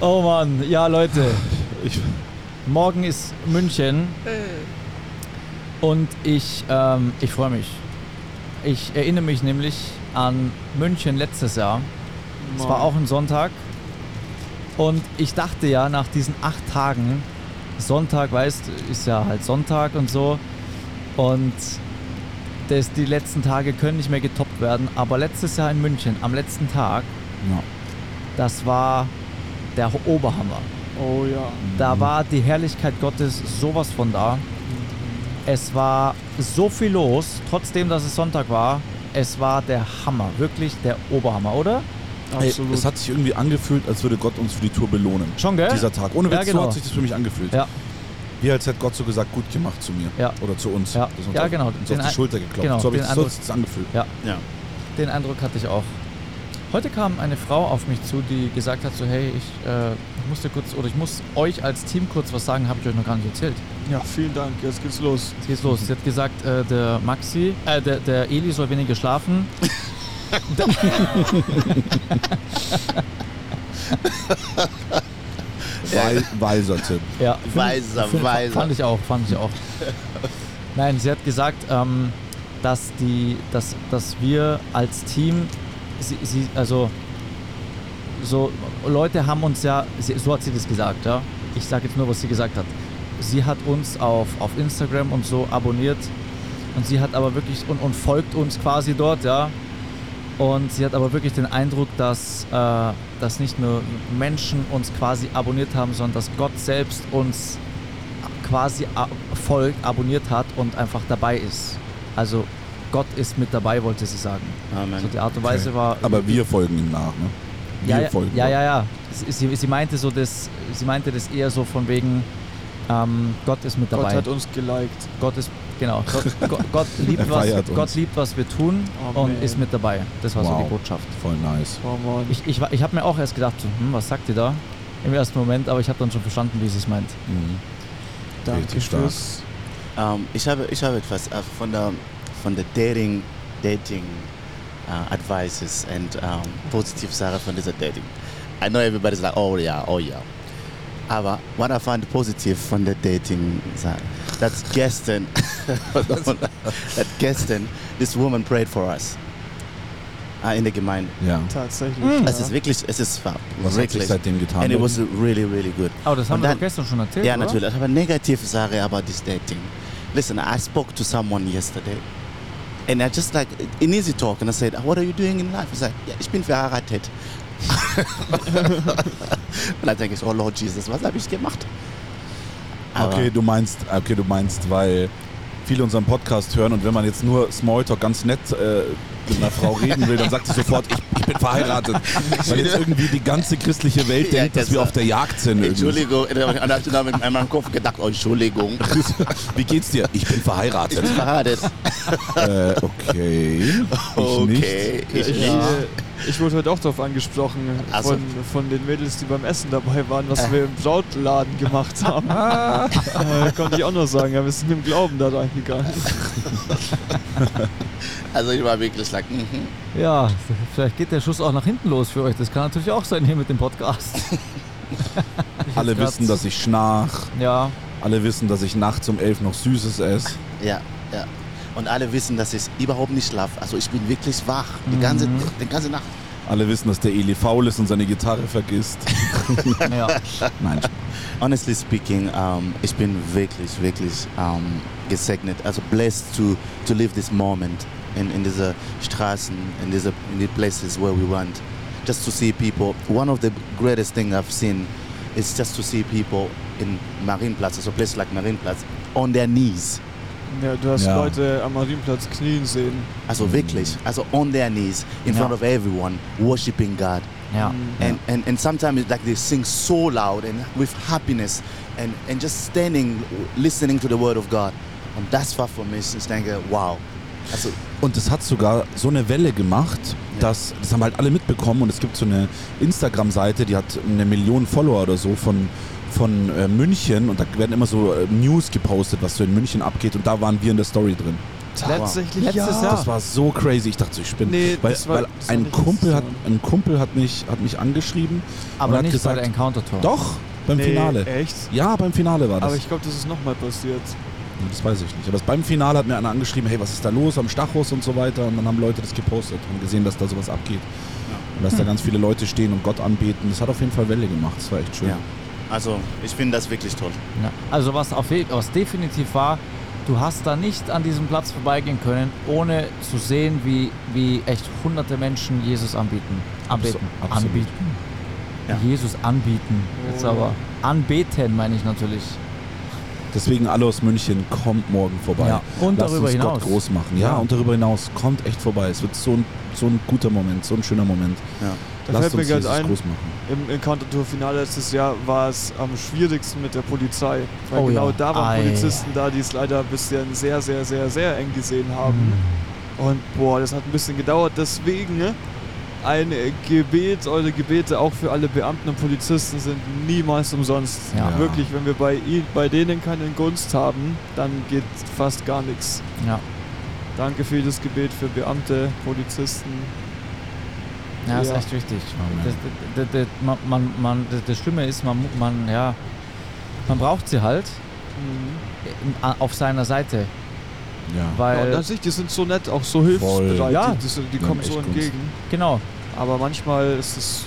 [SPEAKER 4] Oh Mann, ja Leute.
[SPEAKER 2] Ich,
[SPEAKER 4] Morgen ist München. Und ich, ähm, ich freue mich. Ich erinnere mich nämlich an München letztes Jahr. Es
[SPEAKER 5] Oh.
[SPEAKER 4] war auch ein Sonntag. Und ich dachte ja, nach diesen acht Tagen, Sonntag, weißt ist ja halt Sonntag und so. Und das, die letzten Tage können nicht mehr getoppt werden. Aber letztes Jahr in München, am letzten Tag,
[SPEAKER 5] Ja.
[SPEAKER 4] das war der Oberhammer.
[SPEAKER 2] oh ja.
[SPEAKER 5] Mhm.
[SPEAKER 4] Da war die Herrlichkeit Gottes sowas von da. Es war so viel los, trotzdem, dass es Sonntag war. Es war der Hammer, wirklich der Oberhammer, oder?
[SPEAKER 2] Absolut.
[SPEAKER 5] Ey, es hat sich irgendwie angefühlt, als würde Gott uns für die Tour belohnen.
[SPEAKER 4] Schon, gell?
[SPEAKER 5] Dieser Tag. Ohne Witz,
[SPEAKER 4] Ja,
[SPEAKER 5] so
[SPEAKER 4] genau.
[SPEAKER 5] hat sich das für mich angefühlt.
[SPEAKER 4] Ja.
[SPEAKER 5] Wie als hätte Gott so gesagt, gut gemacht zu mir.
[SPEAKER 4] Ja.
[SPEAKER 5] Oder zu uns.
[SPEAKER 4] Ja.
[SPEAKER 5] Das ist uns
[SPEAKER 4] Ja,
[SPEAKER 5] auf,
[SPEAKER 4] genau.
[SPEAKER 5] Uns
[SPEAKER 4] Den
[SPEAKER 5] auf
[SPEAKER 4] ein-
[SPEAKER 5] die Schulter geklopft.
[SPEAKER 4] genau,
[SPEAKER 5] so habe ich
[SPEAKER 4] den
[SPEAKER 5] das so hat
[SPEAKER 4] Eindruck-
[SPEAKER 5] sich das angefühlt.
[SPEAKER 6] Ja.
[SPEAKER 4] Den Eindruck hatte ich auch. Heute kam eine Frau auf mich zu, die gesagt hat so, hey, ich äh, muss dir kurz, oder ich muss euch als Team kurz was sagen, habe ich euch noch gar nicht erzählt.
[SPEAKER 2] ja, vielen Dank. Jetzt geht's los.
[SPEAKER 4] Jetzt geht's los. Sie hat gesagt, äh, der Maxi, äh, der, der Eli soll weniger schlafen.
[SPEAKER 5] Wei- Weiser Tipp.
[SPEAKER 4] Ja.
[SPEAKER 6] Weiser,
[SPEAKER 4] Fand-
[SPEAKER 6] weiser.
[SPEAKER 4] Fand ich auch, fand ich auch. Nein, sie hat gesagt, ähm, dass, die, dass, dass wir als Team, sie, sie, also so Leute haben uns ja, sie, so hat sie das gesagt, ja. Ich sage jetzt nur, was sie gesagt hat. Sie hat uns auf, auf Instagram und so abonniert und sie hat aber wirklich und, und folgt uns quasi dort, ja. Und sie hat aber wirklich den Eindruck, dass, äh, dass nicht nur Menschen uns quasi abonniert haben, sondern dass Gott selbst uns quasi a- folgt, abonniert hat und einfach dabei ist. Also Gott ist mit dabei, wollte sie sagen.
[SPEAKER 6] Amen.
[SPEAKER 4] So die Art und Weise war
[SPEAKER 5] Aber wir folgen ihm nach. Ne? Wir
[SPEAKER 4] ja, ja,
[SPEAKER 5] folgen.
[SPEAKER 4] ja, ja, ja. Sie, sie, sie meinte so das, sie meinte das eher so von wegen ähm, Gott ist mit dabei.
[SPEAKER 2] Gott hat uns geliked.
[SPEAKER 4] Gott ist genau. Gott, Gott, Gott liebt
[SPEAKER 5] Er
[SPEAKER 4] was,
[SPEAKER 5] feiert uns.
[SPEAKER 4] Gott liebt was wir tun
[SPEAKER 2] Oh,
[SPEAKER 4] und
[SPEAKER 2] man.
[SPEAKER 4] ist mit dabei. Das war so
[SPEAKER 5] Wow.
[SPEAKER 4] die Botschaft.
[SPEAKER 5] Voll nice.
[SPEAKER 2] Oh Mann.
[SPEAKER 4] Ich, ich, war- ich habe mir auch erst gedacht, so, hm, was sagt ihr da? Im ersten Moment, aber ich habe dann schon verstanden, wie sie es meint.
[SPEAKER 5] Mhm.
[SPEAKER 2] danke
[SPEAKER 5] richtig stark.
[SPEAKER 2] fürs.
[SPEAKER 6] Ähm, ich, habe, ich habe etwas äh, von der, von der Dating, Dating uh, Advices und ähm, positive Sachen von dieser Dating. I know everybody's like, oh ja, oh ja. Aber what I found positive von der Dating Sache, dass gestern, that gestern, this woman prayed for us. Ah, in der Gemeinde.
[SPEAKER 5] Ja.
[SPEAKER 2] Tatsächlich.
[SPEAKER 4] Mhm.
[SPEAKER 2] Ja.
[SPEAKER 6] Es ist wirklich, es ist war
[SPEAKER 5] Was hat sich
[SPEAKER 6] wirklich.
[SPEAKER 5] seitdem getan?
[SPEAKER 6] And it was really, really good.
[SPEAKER 4] Aber das haben
[SPEAKER 6] Und
[SPEAKER 4] wir
[SPEAKER 6] dann-
[SPEAKER 4] doch gestern schon erzählt.
[SPEAKER 6] Ja,
[SPEAKER 4] oder?
[SPEAKER 6] natürlich. Aber negative Sache about this dating. Listen, I spoke to someone yesterday. And I just like, in easy talk, and I said, what are you doing in life? He's like, yeah, ich bin verheiratet. und dann denke ich, oh Lord Jesus, was habe ich gemacht? Aber
[SPEAKER 5] Okay, du meinst, okay, du meinst, weil viele unseren Podcast hören und wenn man jetzt nur Smalltalk ganz nett äh, mit einer Frau reden will, dann sagt sie sofort, ich, ich bin verheiratet. Weil jetzt irgendwie die ganze christliche Welt
[SPEAKER 6] Ja,
[SPEAKER 5] denkt, dass
[SPEAKER 6] das
[SPEAKER 5] wir
[SPEAKER 6] war-
[SPEAKER 5] auf der Jagd sind. irgendwie.
[SPEAKER 6] Entschuldigung, und dann habe ich dann mit meinem Kopf gedacht, oh, Entschuldigung,
[SPEAKER 5] Wie geht's dir? Ich bin
[SPEAKER 6] ich
[SPEAKER 5] verheiratet.
[SPEAKER 6] bin verheiratet.
[SPEAKER 5] äh, okay. Ich nicht.
[SPEAKER 6] Okay, ich
[SPEAKER 2] Ich,
[SPEAKER 6] nicht.
[SPEAKER 2] äh, ich wurde heute auch darauf angesprochen
[SPEAKER 6] Ach so.
[SPEAKER 2] von, von den Mädels, die beim Essen dabei waren, was wir im Brautladen gemacht haben. äh, konnte ich auch noch sagen, ja, wir sind im Glauben da reingegangen.
[SPEAKER 6] Also ich war wirklich like, mhm.
[SPEAKER 4] Ja, vielleicht geht der Schuss auch nach hinten los für euch. Das kann natürlich auch sein hier mit dem Podcast. Ich
[SPEAKER 5] Alle
[SPEAKER 4] jetzt grad-
[SPEAKER 5] wissen, dass ich schnarch.
[SPEAKER 4] Ja,
[SPEAKER 5] Alle wissen, dass ich nachts um elf noch Süßes esse.
[SPEAKER 6] Ja, ja. Und alle wissen, dass ich überhaupt nicht schlafe. Also ich bin wirklich wach. Die ganze, die ganze Nacht.
[SPEAKER 5] Alle wissen, dass der Eli faul ist und seine Gitarre vergisst.
[SPEAKER 4] ja.
[SPEAKER 5] Nein,
[SPEAKER 6] Honestly speaking, ähm, ich bin wirklich, wirklich ähm, gesegnet. Also blessed to, to live this moment in, in diese Straßen, in diese in the places where we went. Just to see people. One of the greatest things I've seen is just to see people in Marienplatz, also places like Marienplatz, on their knees.
[SPEAKER 2] Ja, du hast
[SPEAKER 5] Ja.
[SPEAKER 2] Leute am Marienplatz knien sehen.
[SPEAKER 6] Also wirklich, also on their knees in
[SPEAKER 4] Ja.
[SPEAKER 6] front of everyone, worshiping God.
[SPEAKER 4] ja.
[SPEAKER 6] and, and, and sometimes it's like they sing so loud and with happiness and, and just standing listening to the word of God und das war für mich ich denke uh, wow also
[SPEAKER 5] Und das hat sogar so eine Welle gemacht,
[SPEAKER 6] Ja.
[SPEAKER 5] dass das haben halt alle mitbekommen und es gibt so eine Instagram-Seite, die hat eine Million Follower oder so von, von äh, München und da werden immer so äh, News gepostet, was so in München abgeht und da waren wir in der Story drin.
[SPEAKER 2] Tatsächlich,
[SPEAKER 4] Letztes Jahr.
[SPEAKER 5] Das war so crazy, ich dachte, ich spinne.
[SPEAKER 2] Nee,
[SPEAKER 5] weil
[SPEAKER 2] das war-
[SPEAKER 5] weil
[SPEAKER 2] das war
[SPEAKER 5] ein,
[SPEAKER 2] nicht
[SPEAKER 5] Kumpel
[SPEAKER 2] letztes
[SPEAKER 5] hat, ein Kumpel hat mich, hat mich angeschrieben
[SPEAKER 4] Aber
[SPEAKER 5] und hat
[SPEAKER 4] nicht bei
[SPEAKER 5] gesagt,
[SPEAKER 4] der Encounter Tour.
[SPEAKER 5] doch, Beim
[SPEAKER 2] Nee,
[SPEAKER 5] Finale.
[SPEAKER 2] Echt?
[SPEAKER 5] Ja, beim Finale war das.
[SPEAKER 2] Aber ich glaube, das ist nochmal passiert.
[SPEAKER 5] das weiß ich nicht. Aber beim Finale hat mir einer angeschrieben, hey, was ist da los am Stachus und so weiter. Und dann haben Leute das gepostet und gesehen, dass da sowas abgeht. Und
[SPEAKER 4] Hm.
[SPEAKER 5] dass da ganz viele Leute stehen und Gott anbeten. Das hat auf jeden Fall Welle gemacht. Das war echt schön.
[SPEAKER 6] Ja. Also, ich finde das wirklich toll.
[SPEAKER 4] Ja. Also was, auf, je- was definitiv war, du hast da nicht an diesem Platz vorbeigehen können, ohne zu sehen, wie, wie echt hunderte Menschen Jesus anbieten. Anbeten.
[SPEAKER 5] Abso- absolut. Oh.
[SPEAKER 4] anbieten.
[SPEAKER 6] Ja.
[SPEAKER 4] Jesus anbieten. Jetzt aber. Anbeten meine ich natürlich.
[SPEAKER 5] Deswegen alle aus München, kommt morgen vorbei.
[SPEAKER 4] Ja, und
[SPEAKER 5] Lasst
[SPEAKER 4] darüber
[SPEAKER 5] uns
[SPEAKER 4] hinaus.
[SPEAKER 5] Gott groß machen. Ja,
[SPEAKER 4] Ja.
[SPEAKER 5] und darüber hinaus, kommt echt vorbei. Es wird so ein, so ein guter Moment, so ein schöner Moment.
[SPEAKER 2] Da
[SPEAKER 5] Lasst
[SPEAKER 2] fällt mir
[SPEAKER 5] uns
[SPEAKER 2] gerade
[SPEAKER 5] Jesus
[SPEAKER 2] ein,
[SPEAKER 5] groß machen.
[SPEAKER 2] im Encounter-Tour-Finale letztes Jahr war es am schwierigsten mit der Polizei. Weil
[SPEAKER 4] Oh
[SPEAKER 2] genau
[SPEAKER 4] ja.
[SPEAKER 2] da waren
[SPEAKER 4] Ei.
[SPEAKER 2] Polizisten da, die es leider ein bisschen sehr, sehr, sehr, sehr eng gesehen haben.
[SPEAKER 4] Hm.
[SPEAKER 2] Und boah, das hat ein bisschen gedauert. Deswegen ne, ein Gebet, eure Gebete auch für alle Beamten und Polizisten sind niemals umsonst.
[SPEAKER 4] Ja.
[SPEAKER 2] Wirklich, wenn wir bei, i- bei denen keine Gunst haben, dann geht fast gar nichts.
[SPEAKER 4] Ja.
[SPEAKER 2] Danke für das Gebet für Beamte, Polizisten.
[SPEAKER 4] Ja, ist
[SPEAKER 2] Ja.
[SPEAKER 4] echt wichtig.
[SPEAKER 5] Amen.
[SPEAKER 4] Das, das, das, man, man, man, das, das Schlimme ist, man, mu- man, ja, man braucht sie halt
[SPEAKER 2] Hm.
[SPEAKER 4] im- a- auf seiner Seite.
[SPEAKER 5] Ja.
[SPEAKER 2] Ja, und
[SPEAKER 4] Weil,
[SPEAKER 2] an sich, die sind so nett, auch so hilfsbereit.
[SPEAKER 5] Voll.
[SPEAKER 4] Ja.
[SPEAKER 2] Die, die, sind- die
[SPEAKER 5] Ja,
[SPEAKER 2] kommen
[SPEAKER 5] echt
[SPEAKER 2] so
[SPEAKER 5] gut.
[SPEAKER 2] entgegen.
[SPEAKER 4] genau.
[SPEAKER 2] Aber manchmal ist es,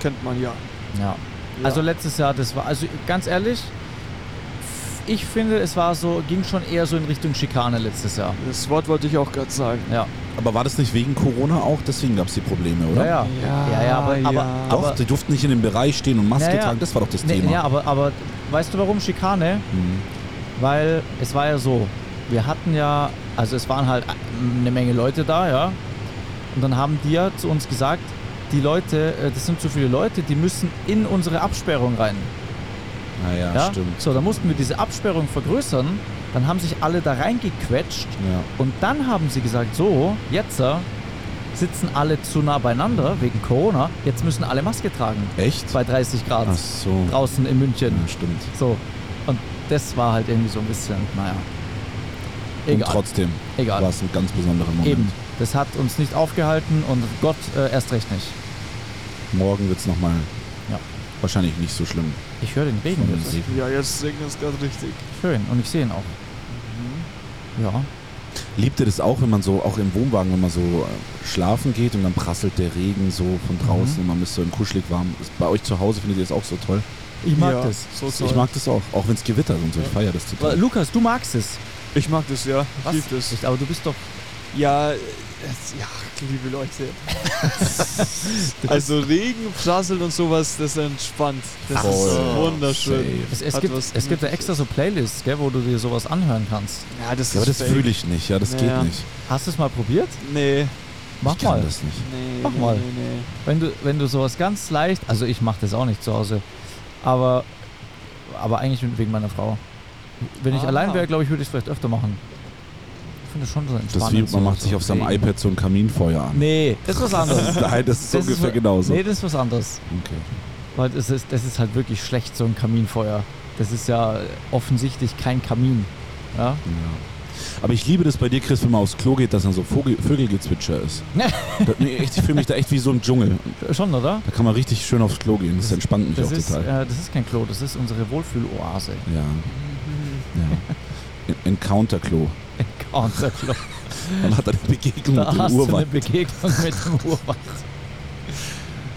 [SPEAKER 2] kennt man ja.
[SPEAKER 4] Ja.
[SPEAKER 2] Ja.
[SPEAKER 4] Also letztes Jahr, das war, also ganz ehrlich, f- ich finde, es war so, ging schon eher so in Richtung Schikane letztes Jahr.
[SPEAKER 2] Das Wort wollte ich auch gerade sagen.
[SPEAKER 4] Ja,
[SPEAKER 5] Aber war das nicht wegen Corona auch? Deswegen gab es die Probleme, oder?
[SPEAKER 4] ja, ja.
[SPEAKER 2] Ja,
[SPEAKER 4] ja, aber,
[SPEAKER 2] ja.
[SPEAKER 4] aber,
[SPEAKER 5] Doch,
[SPEAKER 4] aber
[SPEAKER 5] die durften nicht in den Bereich stehen und Maske
[SPEAKER 4] Ja, ja.
[SPEAKER 5] tragen, das war doch das
[SPEAKER 4] nee,
[SPEAKER 5] Thema.
[SPEAKER 4] ja, aber, aber weißt du warum Schikane?
[SPEAKER 5] Mhm.
[SPEAKER 4] Weil es war ja so, wir hatten ja, also es waren halt eine Menge Leute da, ja. Und dann haben die ja zu uns gesagt, die Leute, äh, das sind zu viele Leute, die müssen in unsere Absperrung rein.
[SPEAKER 5] Naja,
[SPEAKER 4] Ja?
[SPEAKER 5] stimmt.
[SPEAKER 4] So, dann mussten wir diese Absperrung vergrößern, dann haben sich alle da reingequetscht
[SPEAKER 5] Ja.
[SPEAKER 4] Und dann haben sie gesagt, so, jetzt äh, sitzen alle zu nah beieinander wegen Corona, jetzt müssen alle Maske tragen.
[SPEAKER 5] Echt?
[SPEAKER 4] Bei 30 Grad
[SPEAKER 5] Ach so.
[SPEAKER 4] draußen in München.
[SPEAKER 5] Ja, stimmt.
[SPEAKER 4] So. Und das war halt irgendwie so ein bisschen, naja.
[SPEAKER 5] Und
[SPEAKER 4] Egal.
[SPEAKER 5] trotzdem
[SPEAKER 4] Egal.
[SPEAKER 5] war es ein ganz besonderer Moment.
[SPEAKER 4] Eben. Das hat uns nicht aufgehalten und Gott äh, erst recht nicht.
[SPEAKER 5] Morgen wird es nochmal
[SPEAKER 4] Ja.
[SPEAKER 5] wahrscheinlich nicht so schlimm.
[SPEAKER 4] Ich höre den Regen jetzt.
[SPEAKER 2] Ja, jetzt singen es gerade richtig.
[SPEAKER 4] Schön. Und ich sehe ihn auch.
[SPEAKER 5] Mhm.
[SPEAKER 4] Ja.
[SPEAKER 5] Liebt ihr das auch, wenn man so, auch im Wohnwagen, wenn man so äh, schlafen geht und dann prasselt der Regen so
[SPEAKER 4] Mhm.
[SPEAKER 5] von draußen und man ist so im kuschelig warm. Ist bei euch zu Hause findet ihr das auch so toll?
[SPEAKER 4] Ich mag
[SPEAKER 2] ja,
[SPEAKER 4] das.
[SPEAKER 2] So
[SPEAKER 5] Ich
[SPEAKER 2] toll.
[SPEAKER 5] mag das auch, auch wenn es gewittert und so. Ich feiere das
[SPEAKER 4] Äh,
[SPEAKER 5] total.
[SPEAKER 4] Lukas, du magst es.
[SPEAKER 2] ich mag das, ja. Ich liebe das.
[SPEAKER 4] Ich- Aber du bist doch.
[SPEAKER 2] Ja, es, ja, liebe Leute. also Regen, Prasseln und sowas, das entspannt. Das
[SPEAKER 5] Voll
[SPEAKER 2] ist wunderschön.
[SPEAKER 5] safe.
[SPEAKER 4] Es, es,
[SPEAKER 2] Hat
[SPEAKER 4] gibt,
[SPEAKER 2] was
[SPEAKER 4] es gibt ja extra so Playlists, gell, wo du dir sowas anhören kannst.
[SPEAKER 2] Ja, das
[SPEAKER 5] Ja, aber das
[SPEAKER 2] ist fake.
[SPEAKER 5] fühle ich nicht, ja, das
[SPEAKER 2] Ja,
[SPEAKER 5] geht
[SPEAKER 2] ja.
[SPEAKER 5] nicht.
[SPEAKER 4] Hast du es mal probiert?
[SPEAKER 2] Nee,
[SPEAKER 4] Mach
[SPEAKER 5] Ich
[SPEAKER 4] mal.
[SPEAKER 5] kann das nicht.
[SPEAKER 2] nee,
[SPEAKER 4] Mach
[SPEAKER 2] nee,
[SPEAKER 4] mal.
[SPEAKER 2] nee, nee.
[SPEAKER 4] Wenn du, wenn du sowas ganz leicht, also ich mache das auch nicht zu Hause, aber, aber eigentlich wegen meiner Frau. Wenn ich
[SPEAKER 2] Ah.
[SPEAKER 4] allein wäre, glaube ich, würde ich es vielleicht öfter machen. Ich finde das schon so
[SPEAKER 5] Das ist
[SPEAKER 4] entspannend.
[SPEAKER 5] wie, man
[SPEAKER 4] so,
[SPEAKER 5] macht
[SPEAKER 4] so
[SPEAKER 5] sich auf seinem
[SPEAKER 4] Regen.
[SPEAKER 5] iPad so ein Kaminfeuer an.
[SPEAKER 4] Nee, das ist was anderes.
[SPEAKER 5] Nein, das ist
[SPEAKER 4] Das ist
[SPEAKER 5] ungefähr
[SPEAKER 4] wa-
[SPEAKER 5] genauso.
[SPEAKER 4] Nee, das ist was anderes.
[SPEAKER 5] Okay.
[SPEAKER 4] Weil das ist, das ist halt wirklich schlecht, so ein Kaminfeuer. Das ist ja offensichtlich kein Kamin. Ja?
[SPEAKER 5] Aber ich liebe das bei dir, Chris, wenn man aufs Klo geht, dass dann so Vogel, Vögelgezwitscher ist. da, nee, echt, ich fühle mich da echt wie so im Dschungel.
[SPEAKER 4] Schon, oder?
[SPEAKER 5] Da kann man richtig schön aufs Klo gehen. Das
[SPEAKER 4] Das-
[SPEAKER 5] entspannt mich
[SPEAKER 4] Das
[SPEAKER 5] auch
[SPEAKER 4] ist,
[SPEAKER 5] total.
[SPEAKER 4] äh, das ist kein Klo, das ist unsere Wohlfühloase.
[SPEAKER 5] Ja. ja. En- Encounter-Klo.
[SPEAKER 4] Unser Klo.
[SPEAKER 5] Man hat eine Begegnung
[SPEAKER 4] Da
[SPEAKER 5] mit
[SPEAKER 4] hast
[SPEAKER 5] dem
[SPEAKER 4] du eine
[SPEAKER 5] Urwald.
[SPEAKER 4] Begegnung mit dem Urwald.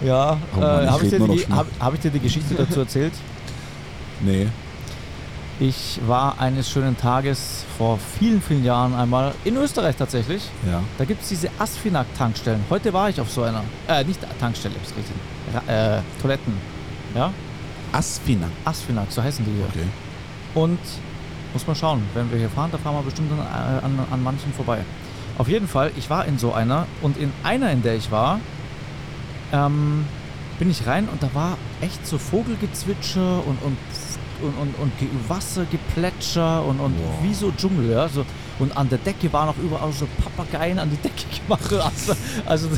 [SPEAKER 4] Ja,
[SPEAKER 5] Oh Mann,
[SPEAKER 4] äh,
[SPEAKER 5] ich
[SPEAKER 4] habe ich,
[SPEAKER 5] red
[SPEAKER 4] dir
[SPEAKER 5] nur
[SPEAKER 4] die
[SPEAKER 5] noch
[SPEAKER 4] Ge-
[SPEAKER 5] schlimm.
[SPEAKER 4] hab, hab ich dir die Geschichte dazu erzählt?
[SPEAKER 5] Nee.
[SPEAKER 4] Ich war eines schönen Tages vor vielen, vielen Jahren einmal in Österreich tatsächlich.
[SPEAKER 5] Ja.
[SPEAKER 4] Da gibt es diese Asfinag-Tankstellen. Heute war ich auf so einer. Äh, nicht Tankstelle, ist richtig. Ra äh, Toiletten. Ja?
[SPEAKER 5] Aspina.
[SPEAKER 4] Asfinag, so heißen die hier.
[SPEAKER 5] Okay.
[SPEAKER 4] Und muss man schauen, wenn wir hier fahren, da fahren wir bestimmt an, äh, an, an manchen vorbei. Auf jeden Fall, ich war in so einer und in einer, in der ich war, ähm, bin ich rein und da war echt so Vogelgezwitscher und, und, und, und, und Ge- Wassergeplätscher und, und
[SPEAKER 5] Wow.
[SPEAKER 4] wie so Dschungel. Ja, so. Und an der Decke waren auch überall so Papageien an die Decke gemacht. Also, also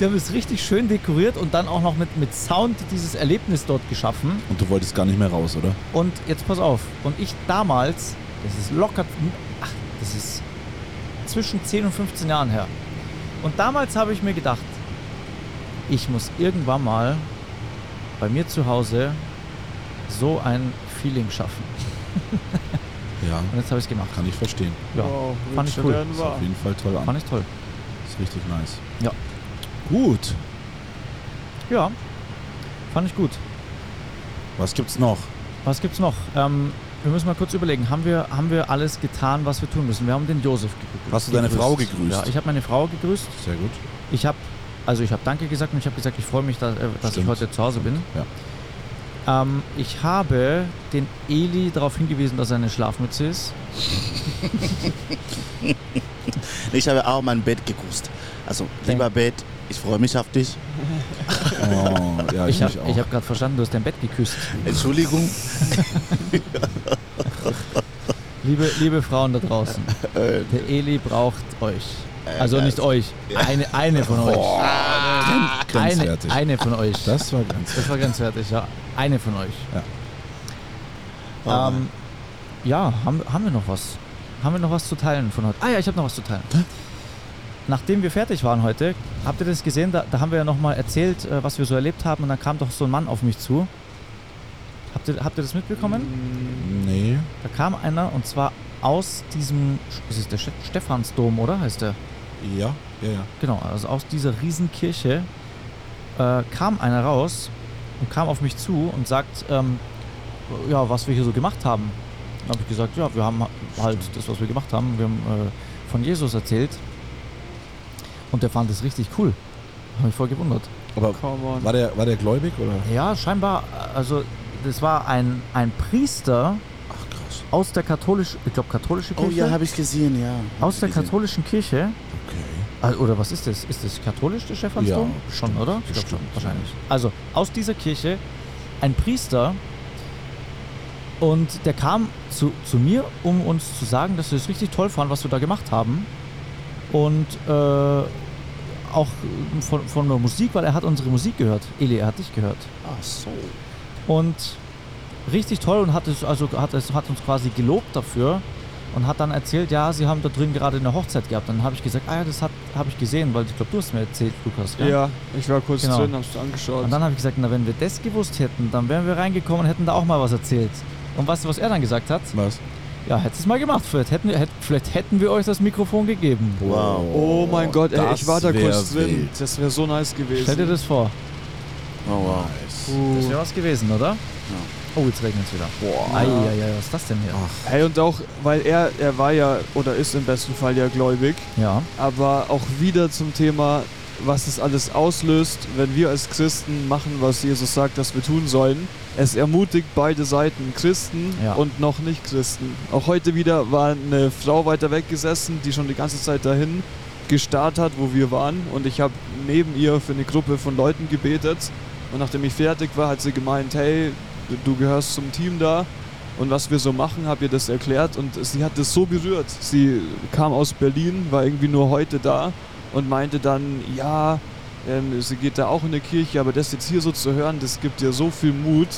[SPEAKER 4] die haben es richtig schön dekoriert und dann auch noch mit, mit Sound dieses Erlebnis dort geschaffen.
[SPEAKER 5] Und du wolltest gar nicht mehr raus, oder?
[SPEAKER 4] Und jetzt pass auf. Und ich damals, das ist locker, ach, das ist zwischen 10 und 15 Jahren her. Und damals habe ich mir gedacht, ich muss irgendwann mal bei mir zu Hause so ein Feeling schaffen.
[SPEAKER 5] Ja,
[SPEAKER 4] Und jetzt habe ich es gemacht.
[SPEAKER 5] kann ich verstehen.
[SPEAKER 4] Ja,
[SPEAKER 2] Oh,
[SPEAKER 4] fand
[SPEAKER 2] Wünsche
[SPEAKER 4] ich cool.
[SPEAKER 2] werden
[SPEAKER 5] Ist
[SPEAKER 2] wahr.
[SPEAKER 5] auf jeden Fall toll an.
[SPEAKER 4] Fand ich toll.
[SPEAKER 5] Ist richtig nice.
[SPEAKER 4] Ja.
[SPEAKER 5] Gut.
[SPEAKER 4] Ja, fand ich gut.
[SPEAKER 5] Was gibt's noch?
[SPEAKER 4] Was gibt's noch? Ähm, wir müssen mal kurz überlegen, haben wir, haben wir alles getan, was wir tun müssen? Wir haben den Josef gegrüßt.
[SPEAKER 5] Hast du deine Frau gegrüßt?
[SPEAKER 4] Ja, ich habe meine Frau gegrüßt.
[SPEAKER 5] Sehr gut.
[SPEAKER 4] Ich habe, also ich habe Danke gesagt und ich habe gesagt, ich freue mich, dass, äh, dass ich
[SPEAKER 5] Stimmt.
[SPEAKER 4] heute zu Hause bin. Ähm, ich habe den Eli darauf hingewiesen, dass er eine Schlafmütze ist.
[SPEAKER 6] Ich habe auch mein Bett geküsst. Also, lieber Bett, ich freue mich auf dich.
[SPEAKER 5] Oh, ja, ich,
[SPEAKER 4] Ich habe
[SPEAKER 5] mich auch.
[SPEAKER 4] hab gerade verstanden, du hast dein Bett geküsst.
[SPEAKER 6] Entschuldigung.
[SPEAKER 4] Liebe, liebe Frauen da draußen,
[SPEAKER 6] Äh,
[SPEAKER 4] der Eli braucht euch.
[SPEAKER 5] Äh,
[SPEAKER 4] Also
[SPEAKER 6] ja,
[SPEAKER 4] nicht euch, eine, eine von euch. Eine,
[SPEAKER 5] grenzwertig.
[SPEAKER 4] eine von euch.
[SPEAKER 5] Das war ganz.
[SPEAKER 4] Das war grenzwertig, ja. Eine von euch.
[SPEAKER 6] oh,
[SPEAKER 4] Ähm, ja, haben, haben wir noch was? Haben wir noch was zu teilen von heute? Ah ja, ich habe noch was zu teilen. Nachdem wir fertig waren heute, habt ihr das gesehen? Da, da haben wir ja nochmal erzählt, äh, was wir so erlebt haben und dann kam doch so ein Mann auf mich zu. Habt ihr, habt ihr das mitbekommen?
[SPEAKER 5] Nee.
[SPEAKER 4] Da kam einer und zwar aus diesem, ist es der Ste- Stephansdom, oder heißt der?
[SPEAKER 5] Ja, ja, ja.
[SPEAKER 4] Genau, also aus dieser Riesenkirche äh, kam einer raus und kam auf mich zu und sagt, ähm, ja, was wir hier so gemacht haben. Dann habe ich gesagt, ja, wir haben ha- halt das, was wir gemacht haben, wir haben äh, von Jesus erzählt. Und der fand es richtig cool. Habe mich voll gewundert.
[SPEAKER 5] Aber
[SPEAKER 2] Come on.
[SPEAKER 5] war der, war der gläubig oder?
[SPEAKER 4] Ja, scheinbar, also das war ein, ein Priester
[SPEAKER 5] Ach krass.
[SPEAKER 4] aus der katholischen, ich glaube katholische
[SPEAKER 6] oh
[SPEAKER 4] Kirche,
[SPEAKER 6] ja, habe ich gesehen, ja. Hab
[SPEAKER 4] aus
[SPEAKER 6] ich
[SPEAKER 4] der
[SPEAKER 6] gesehen.
[SPEAKER 4] katholischen Kirche
[SPEAKER 5] Okay.
[SPEAKER 4] Ah, Oder was ist das? Ist das katholisch, der Stephansdom?
[SPEAKER 5] Ja,
[SPEAKER 4] schon, oder? Ich glaub
[SPEAKER 5] bestimmt,
[SPEAKER 4] schon, wahrscheinlich. Also, aus dieser Kirche ein Priester und der kam zu, zu mir, um uns zu sagen, dass wir es richtig toll fanden, was wir da gemacht haben. Und äh, auch von, von der Musik, weil er hat unsere Musik gehört. Eli, er hat dich gehört.
[SPEAKER 6] Ach so.
[SPEAKER 4] Und richtig toll und hat, es, also hat, es, hat uns quasi gelobt dafür und hat dann erzählt, ja, sie haben da drin gerade eine Hochzeit gehabt. Dann habe ich gesagt, ah ja, das habe ich gesehen, weil ich glaube, du hast mir erzählt, Lukas. gell?
[SPEAKER 2] Ja, ich war kurz
[SPEAKER 4] ne? Genau.
[SPEAKER 2] drin, hab's angeschaut.
[SPEAKER 4] Und dann habe ich gesagt, na, wenn wir das gewusst hätten, dann wären wir reingekommen und hätten da auch mal was erzählt. Und weißt du, was er dann gesagt hat?
[SPEAKER 5] Was?
[SPEAKER 4] Ja, hättest es mal gemacht, vielleicht hätten, hätt, vielleicht hätten wir euch das Mikrofon gegeben.
[SPEAKER 6] Wow.
[SPEAKER 2] oh mein Gott, ey, ich
[SPEAKER 5] das
[SPEAKER 2] war da
[SPEAKER 5] wär
[SPEAKER 2] kurz drin.
[SPEAKER 5] wild.
[SPEAKER 2] Das wäre so nice gewesen.
[SPEAKER 4] Stell dir das vor.
[SPEAKER 6] Oh, wow.
[SPEAKER 4] Das wäre was gewesen, oder? Oh, jetzt regnet es wieder.
[SPEAKER 2] Boah.
[SPEAKER 4] Eieiei, was ist das denn hier?
[SPEAKER 2] Hey, und auch, weil er, er war ja oder ist im besten Fall ja gläubig,
[SPEAKER 4] Ja,
[SPEAKER 2] aber auch wieder zum Thema, was es alles auslöst, wenn wir als Christen machen, was Jesus sagt, dass wir tun sollen. Es ermutigt beide Seiten, Christen
[SPEAKER 4] Ja.
[SPEAKER 2] und noch nicht Christen. Auch heute wieder war eine Frau weiter weg gesessen, die schon die ganze Zeit dahin gestarrt hat, wo wir waren. Und ich habe neben ihr für eine Gruppe von Leuten gebetet. Und nachdem ich fertig war, hat sie gemeint, hey, du gehörst zum Team da. Und was wir so machen, habe ihr das erklärt und sie hat das so berührt. Sie kam aus Berlin, war irgendwie nur heute da und meinte dann, ja, ähm, sie geht da auch in die Kirche, aber das jetzt hier so zu hören, das gibt dir so viel Mut.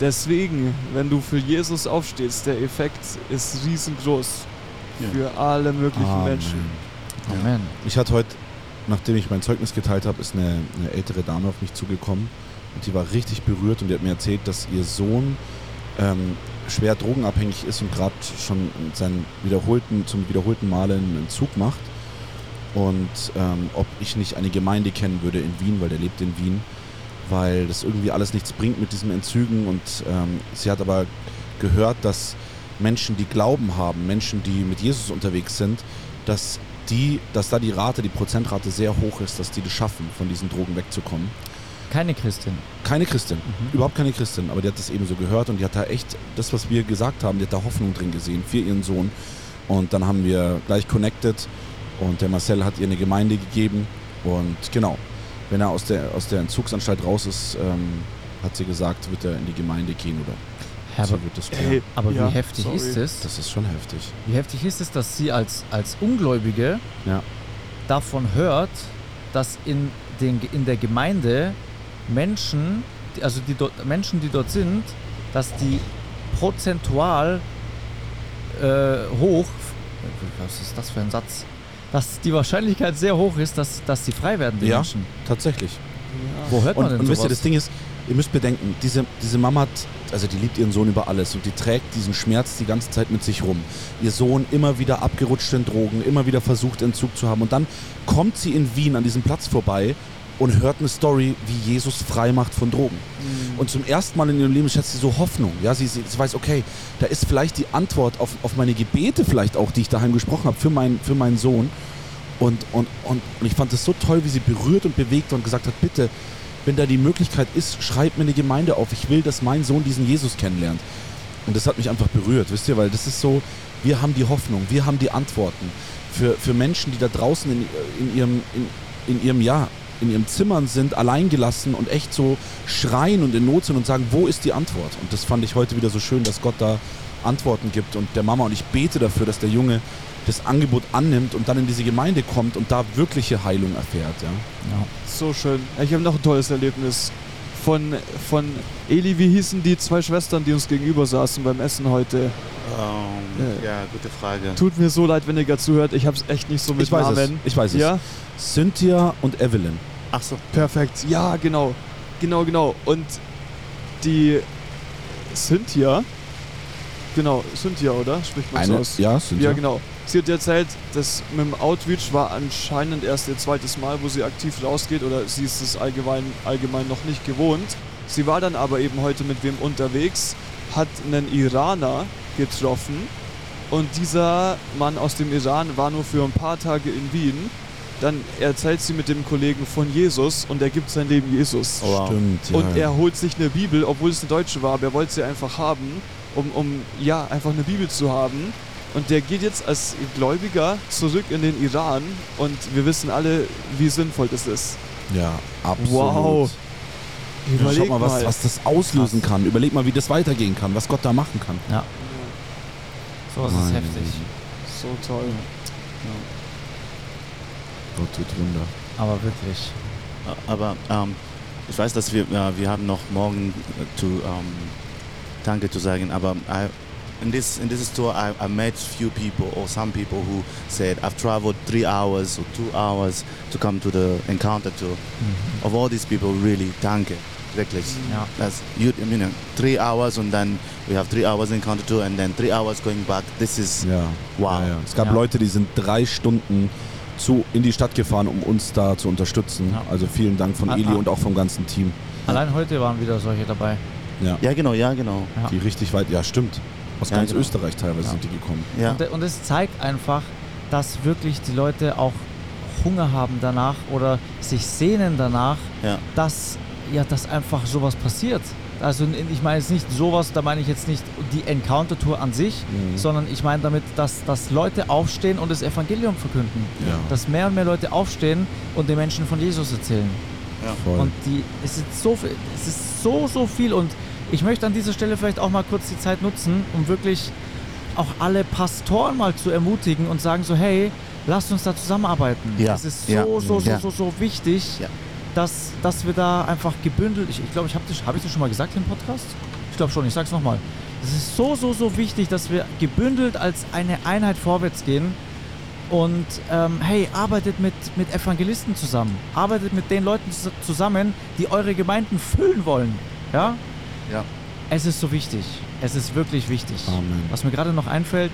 [SPEAKER 2] Deswegen, wenn du für Jesus aufstehst, der Effekt ist riesengroß
[SPEAKER 6] Ja.
[SPEAKER 2] für alle möglichen Menschen.
[SPEAKER 4] Amen.
[SPEAKER 5] Ähm, Ich hatte heute, nachdem ich mein Zeugnis geteilt habe, ist eine, eine ältere Dame auf mich zugekommen und die war richtig berührt und die hat mir erzählt, dass ihr Sohn ähm, schwer drogenabhängig ist und gerade schon seinen wiederholten, zum wiederholten Male einen Entzug macht. Und ähm, ob ich nicht eine Gemeinde kennen würde in Wien, weil der lebt in Wien, weil das irgendwie alles nichts bringt mit diesen Entzügen. Und ähm, sie hat aber gehört, dass Menschen, die Glauben haben, Menschen, die mit Jesus unterwegs sind, dass die, dass da die Rate, die Prozentrate sehr hoch ist, dass die das schaffen, von diesen Drogen wegzukommen.
[SPEAKER 4] Keine Christin.
[SPEAKER 5] Keine Christin, überhaupt keine Christin, aber die hat das eben so gehört und die hat da echt das, was wir gesagt haben, die hat da Hoffnung drin gesehen für ihren Sohn. Und dann haben wir gleich connected und der Marcel hat ihr eine Gemeinde gegeben und genau, wenn er aus der, aus der Entzugsanstalt raus ist, ähm, hat sie gesagt, wird er in die Gemeinde gehen oder
[SPEAKER 4] Aber,
[SPEAKER 5] sie wird das
[SPEAKER 2] Ey,
[SPEAKER 4] aber
[SPEAKER 2] ja,
[SPEAKER 4] wie heftig
[SPEAKER 2] sorry.
[SPEAKER 4] ist es?
[SPEAKER 5] Das ist schon heftig.
[SPEAKER 4] Wie heftig ist es, dass sie als, als Ungläubige
[SPEAKER 5] Ja.
[SPEAKER 4] davon hört, dass in, den, in der Gemeinde Menschen, die- also die dort, Menschen, die dort sind, dass die prozentual äh, hoch, was ist das für ein Satz, dass die Wahrscheinlichkeit sehr hoch ist, dass, dass sie frei werden, die
[SPEAKER 5] Ja.
[SPEAKER 4] Menschen.
[SPEAKER 5] Tatsächlich.
[SPEAKER 4] Wo hört man
[SPEAKER 5] Und,
[SPEAKER 4] denn
[SPEAKER 5] und wisst ihr,
[SPEAKER 4] sowas?
[SPEAKER 5] das Ding ist, ihr müsst bedenken, diese, diese Mama hat, also die liebt ihren Sohn über alles und die trägt diesen Schmerz die ganze Zeit mit sich rum. Ihr Sohn immer wieder abgerutscht in Drogen, immer wieder versucht, Entzug zu haben. Und dann kommt sie in Wien an diesem Platz vorbei und hört eine Story, wie Jesus frei macht von Drogen.
[SPEAKER 4] Mhm.
[SPEAKER 5] Und zum ersten Mal in ihrem Leben schätzt sie so Hoffnung. Ja, sie, sie, sie weiß, okay, da ist vielleicht die Antwort auf, auf meine Gebete vielleicht auch, die ich daheim gesprochen habe, für, meinen für meinen Sohn. Und, und, und, und ich fand das so toll, wie sie berührt und bewegt und gesagt hat, bitte, wenn da die Möglichkeit ist, schreibt mir eine Gemeinde auf. Ich will, dass mein Sohn diesen Jesus kennenlernt. Und das hat mich einfach berührt, wisst ihr, weil das ist so, wir haben die Hoffnung, wir haben die Antworten für, für Menschen, die da draußen in, in ihrem, in, in ihrem Jahr, in ihrem Zimmern sind, alleingelassen und echt so schreien und in Not sind und sagen, wo ist die Antwort? Und das fand ich heute wieder so schön, dass Gott da Antworten gibt und der Mama und ich bete dafür, dass der Junge das Angebot annimmt und dann in diese Gemeinde kommt und da wirkliche Heilung erfährt. Ja.
[SPEAKER 2] So schön. Ich habe noch ein tolles Erlebnis von, von Eli, wie hießen die zwei Schwestern, die uns gegenüber saßen beim Essen heute?
[SPEAKER 6] Ähm, ja, gute Frage.
[SPEAKER 2] Tut mir so leid, wenn ihr gerade zuhört. Ich habe es echt nicht so mit
[SPEAKER 5] Ich weiß es,
[SPEAKER 2] Namen.
[SPEAKER 5] ich weiß es.
[SPEAKER 2] Ja,
[SPEAKER 5] Cynthia und Evelyn.
[SPEAKER 6] Ach so.
[SPEAKER 2] perfekt. Ja, genau. Genau, genau. Und die Cynthia, genau, Cynthia, oder? Spricht man so
[SPEAKER 5] Eine,
[SPEAKER 2] aus?
[SPEAKER 5] ja, Cynthia.
[SPEAKER 2] Ja, genau. Sie hat erzählt, dass mit dem Outreach war anscheinend erst ihr zweites Mal, wo sie aktiv rausgeht oder sie ist es allgemein, allgemein noch nicht gewohnt. Sie war dann aber eben heute mit wem unterwegs, hat einen Iraner getroffen und dieser Mann aus dem Iran war nur für ein paar Tage in Wien. Dann erzählt sie mit dem Kollegen von Jesus und er gibt sein Leben Jesus.
[SPEAKER 5] Oh, Stimmt, ja.
[SPEAKER 2] genau. Und er holt sich eine Bibel, obwohl es eine deutsche war, aber er wollte sie einfach haben, um, um ja, einfach eine Bibel zu haben. Und der geht jetzt als Gläubiger zurück in den Iran und wir wissen alle, wie sinnvoll das ist.
[SPEAKER 5] ja, absolut.
[SPEAKER 2] Wow.
[SPEAKER 5] Schau
[SPEAKER 2] Überleg
[SPEAKER 5] mal, was, was das auslösen kann. Überleg mal, wie das weitergehen kann, was Gott da machen kann.
[SPEAKER 4] So was
[SPEAKER 5] Meine
[SPEAKER 4] ist heftig.
[SPEAKER 5] Lieben,
[SPEAKER 2] So toll.
[SPEAKER 5] Gott tut Wunder.
[SPEAKER 4] Aber wirklich.
[SPEAKER 6] Aber ähm, ich weiß, dass wir, äh, wir haben noch morgen äh, zu ähm, Danke zu sagen, aber I, in, this, in this store I, I met few people or some people who said I've traveled three hours or two hours to come to the encounter tour.
[SPEAKER 5] Mhm.
[SPEAKER 6] Of all these people, really, danke. Wirklich.
[SPEAKER 4] Ja.
[SPEAKER 6] That's, you, you know, three hours and then we have three hours encounter tour and then three hours going back. This is
[SPEAKER 5] Ja.
[SPEAKER 6] wow.
[SPEAKER 5] Ja, ja. Es gab
[SPEAKER 4] Ja.
[SPEAKER 5] Leute, die sind drei Stunden zu, in die Stadt gefahren, um uns da zu unterstützen.
[SPEAKER 4] Ja.
[SPEAKER 5] Also vielen Dank von
[SPEAKER 4] Ah,
[SPEAKER 5] Eli
[SPEAKER 4] ah.
[SPEAKER 5] und auch vom ganzen Team.
[SPEAKER 4] Allein heute waren wieder solche dabei.
[SPEAKER 6] Ja, genau, ja, genau.
[SPEAKER 4] Ja.
[SPEAKER 5] Die richtig weit, ja stimmt. Aus
[SPEAKER 6] Ja,
[SPEAKER 5] ganz
[SPEAKER 6] genau.
[SPEAKER 5] Österreich teilweise
[SPEAKER 4] Ja.
[SPEAKER 5] sind die gekommen.
[SPEAKER 6] Ja.
[SPEAKER 4] Und, und es zeigt einfach, dass wirklich die Leute auch Hunger haben danach oder sich sehnen danach,
[SPEAKER 6] Ja.
[SPEAKER 4] dass ja, dass einfach sowas passiert. Also in- ich meine jetzt nicht sowas, da meine ich jetzt nicht die Encounter-Tour an sich, sondern ich meine damit, dass, dass Leute aufstehen und das Evangelium verkünden.
[SPEAKER 5] Ja.
[SPEAKER 4] Dass mehr und mehr Leute aufstehen und den Menschen von Jesus erzählen.
[SPEAKER 5] Voll.
[SPEAKER 4] Und die, es ist so viel, es ist so, so viel. Und ich möchte an dieser Stelle vielleicht auch mal kurz die Zeit nutzen, um wirklich auch alle Pastoren mal zu ermutigen und sagen so, hey, lasst uns da zusammenarbeiten.
[SPEAKER 6] Ja,
[SPEAKER 4] Es ist so,
[SPEAKER 6] ja,
[SPEAKER 4] so, so,
[SPEAKER 6] ja.
[SPEAKER 4] so, so wichtig,
[SPEAKER 6] Ja. dass-
[SPEAKER 4] dass, dass wir da einfach gebündelt, ich, ich glaube, ich habe das, hab ich das schon mal gesagt im Podcast? Ich glaube schon, ich sag's nochmal. Es ist so, so, so wichtig, dass wir gebündelt als eine Einheit vorwärts gehen und ähm, hey, arbeitet mit, mit Evangelisten zusammen. Arbeitet mit den Leuten zus- zusammen, die eure Gemeinden füllen wollen. Ja?
[SPEAKER 6] Ja.
[SPEAKER 4] Es ist so wichtig. Es ist wirklich wichtig.
[SPEAKER 5] Amen.
[SPEAKER 4] Was mir gerade noch einfällt,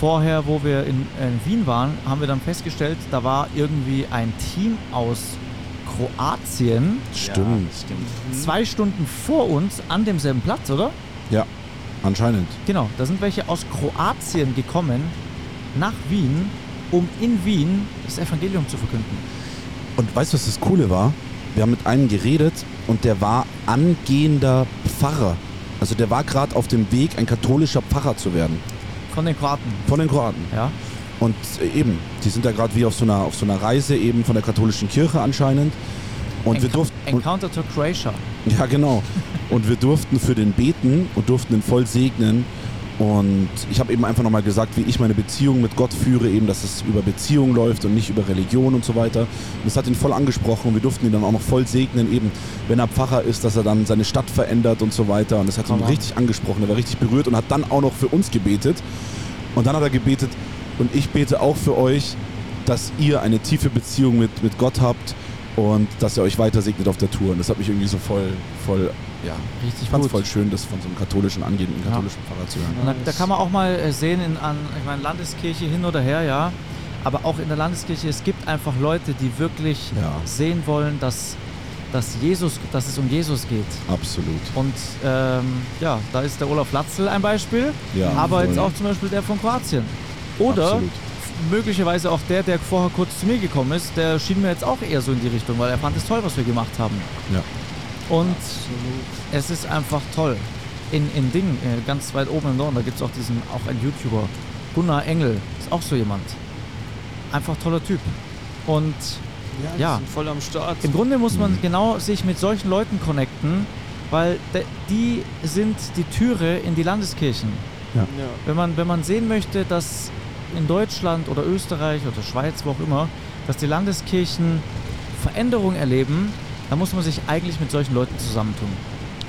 [SPEAKER 4] vorher, wo wir in, in Wien waren, haben wir dann festgestellt, da war irgendwie ein Team aus Kroatien
[SPEAKER 5] Stimmt.
[SPEAKER 6] Stimmt.
[SPEAKER 4] zwei Stunden vor uns an demselben Platz, oder?
[SPEAKER 5] Anscheinend.
[SPEAKER 4] Genau, da sind welche aus Kroatien gekommen nach Wien, um in Wien das Evangelium zu verkünden.
[SPEAKER 5] Und weißt du, was das Coole war? Wir haben mit einem geredet und der war angehender Pfarrer. Also der war gerade auf dem Weg, ein katholischer Pfarrer zu werden.
[SPEAKER 4] Von den Kroaten,
[SPEAKER 5] Von den Kroaten.
[SPEAKER 4] ja?
[SPEAKER 5] Und äh, eben, die sind da gerade wie auf so, einer, auf so einer Reise eben von der katholischen Kirche anscheinend. Und wir
[SPEAKER 4] Enc-
[SPEAKER 5] durften. Und,
[SPEAKER 4] Encounter to Croatia.
[SPEAKER 5] ja, genau. und wir durften für den beten und durften ihn voll segnen. Und ich habe eben einfach nochmal gesagt, wie ich meine Beziehung mit Gott führe, eben, dass es über Beziehung läuft und nicht über Religion und so weiter. Und das hat ihn voll angesprochen und wir durften ihn dann auch noch voll segnen, eben, wenn er Pfarrer ist, dass er dann seine Stadt verändert und so weiter. Und das hat ihn
[SPEAKER 4] Hammer.
[SPEAKER 5] richtig angesprochen, er war richtig berührt und hat dann auch noch für uns gebetet. Und dann hat er gebetet, und ich bete auch für euch, dass ihr eine tiefe Beziehung mit, mit Gott habt Und dass er euch weiter segnet auf der Tour. Und das hat mich irgendwie so voll, voll, ja,
[SPEAKER 4] Richtig
[SPEAKER 5] ich fand's
[SPEAKER 4] gut.
[SPEAKER 5] voll schön, das von so einem katholischen, angehenden katholischen Pfarrer zu hören.
[SPEAKER 4] Und da, da kann man auch mal äh, sehen, in, an, ich meine, Landeskirche hin oder her, ja. Aber auch in der Landeskirche, es gibt einfach Leute, die wirklich
[SPEAKER 5] Ja.
[SPEAKER 4] sehen wollen, dass, dass, Jesus, dass es um Jesus geht.
[SPEAKER 5] Absolut.
[SPEAKER 4] Und ähm, ja, da ist der Olaf Latzel ein Beispiel,
[SPEAKER 5] Ja,
[SPEAKER 4] aber
[SPEAKER 5] voll.
[SPEAKER 4] jetzt auch zum Beispiel der von Kroatien. Oder
[SPEAKER 5] Absolut.
[SPEAKER 4] möglicherweise auch der, der vorher kurz zu mir gekommen ist, der schien mir jetzt auch eher so in die Richtung, weil er fand es toll, was wir gemacht haben.
[SPEAKER 5] Ja.
[SPEAKER 4] Und es ist einfach toll. In, in Ding, äh, ganz weit oben im Norden, da gibt es auch diesen, auch einen YouTuber, Gunnar Engel, ist auch so jemand. Einfach toller Typ. Und
[SPEAKER 2] die
[SPEAKER 4] Ja.
[SPEAKER 2] sind voll am Start.
[SPEAKER 4] im Grunde muss man
[SPEAKER 2] Mhm.
[SPEAKER 4] genau sich mit solchen Leuten connecten, weil de, die sind die Türe in die Landeskirchen.
[SPEAKER 2] ja.
[SPEAKER 4] Wenn man, wenn man sehen möchte, dass in Deutschland oder Österreich oder Schweiz, wo auch immer, dass die Landeskirchen Veränderung erleben, dann muss man sich eigentlich mit solchen Leuten zusammentun.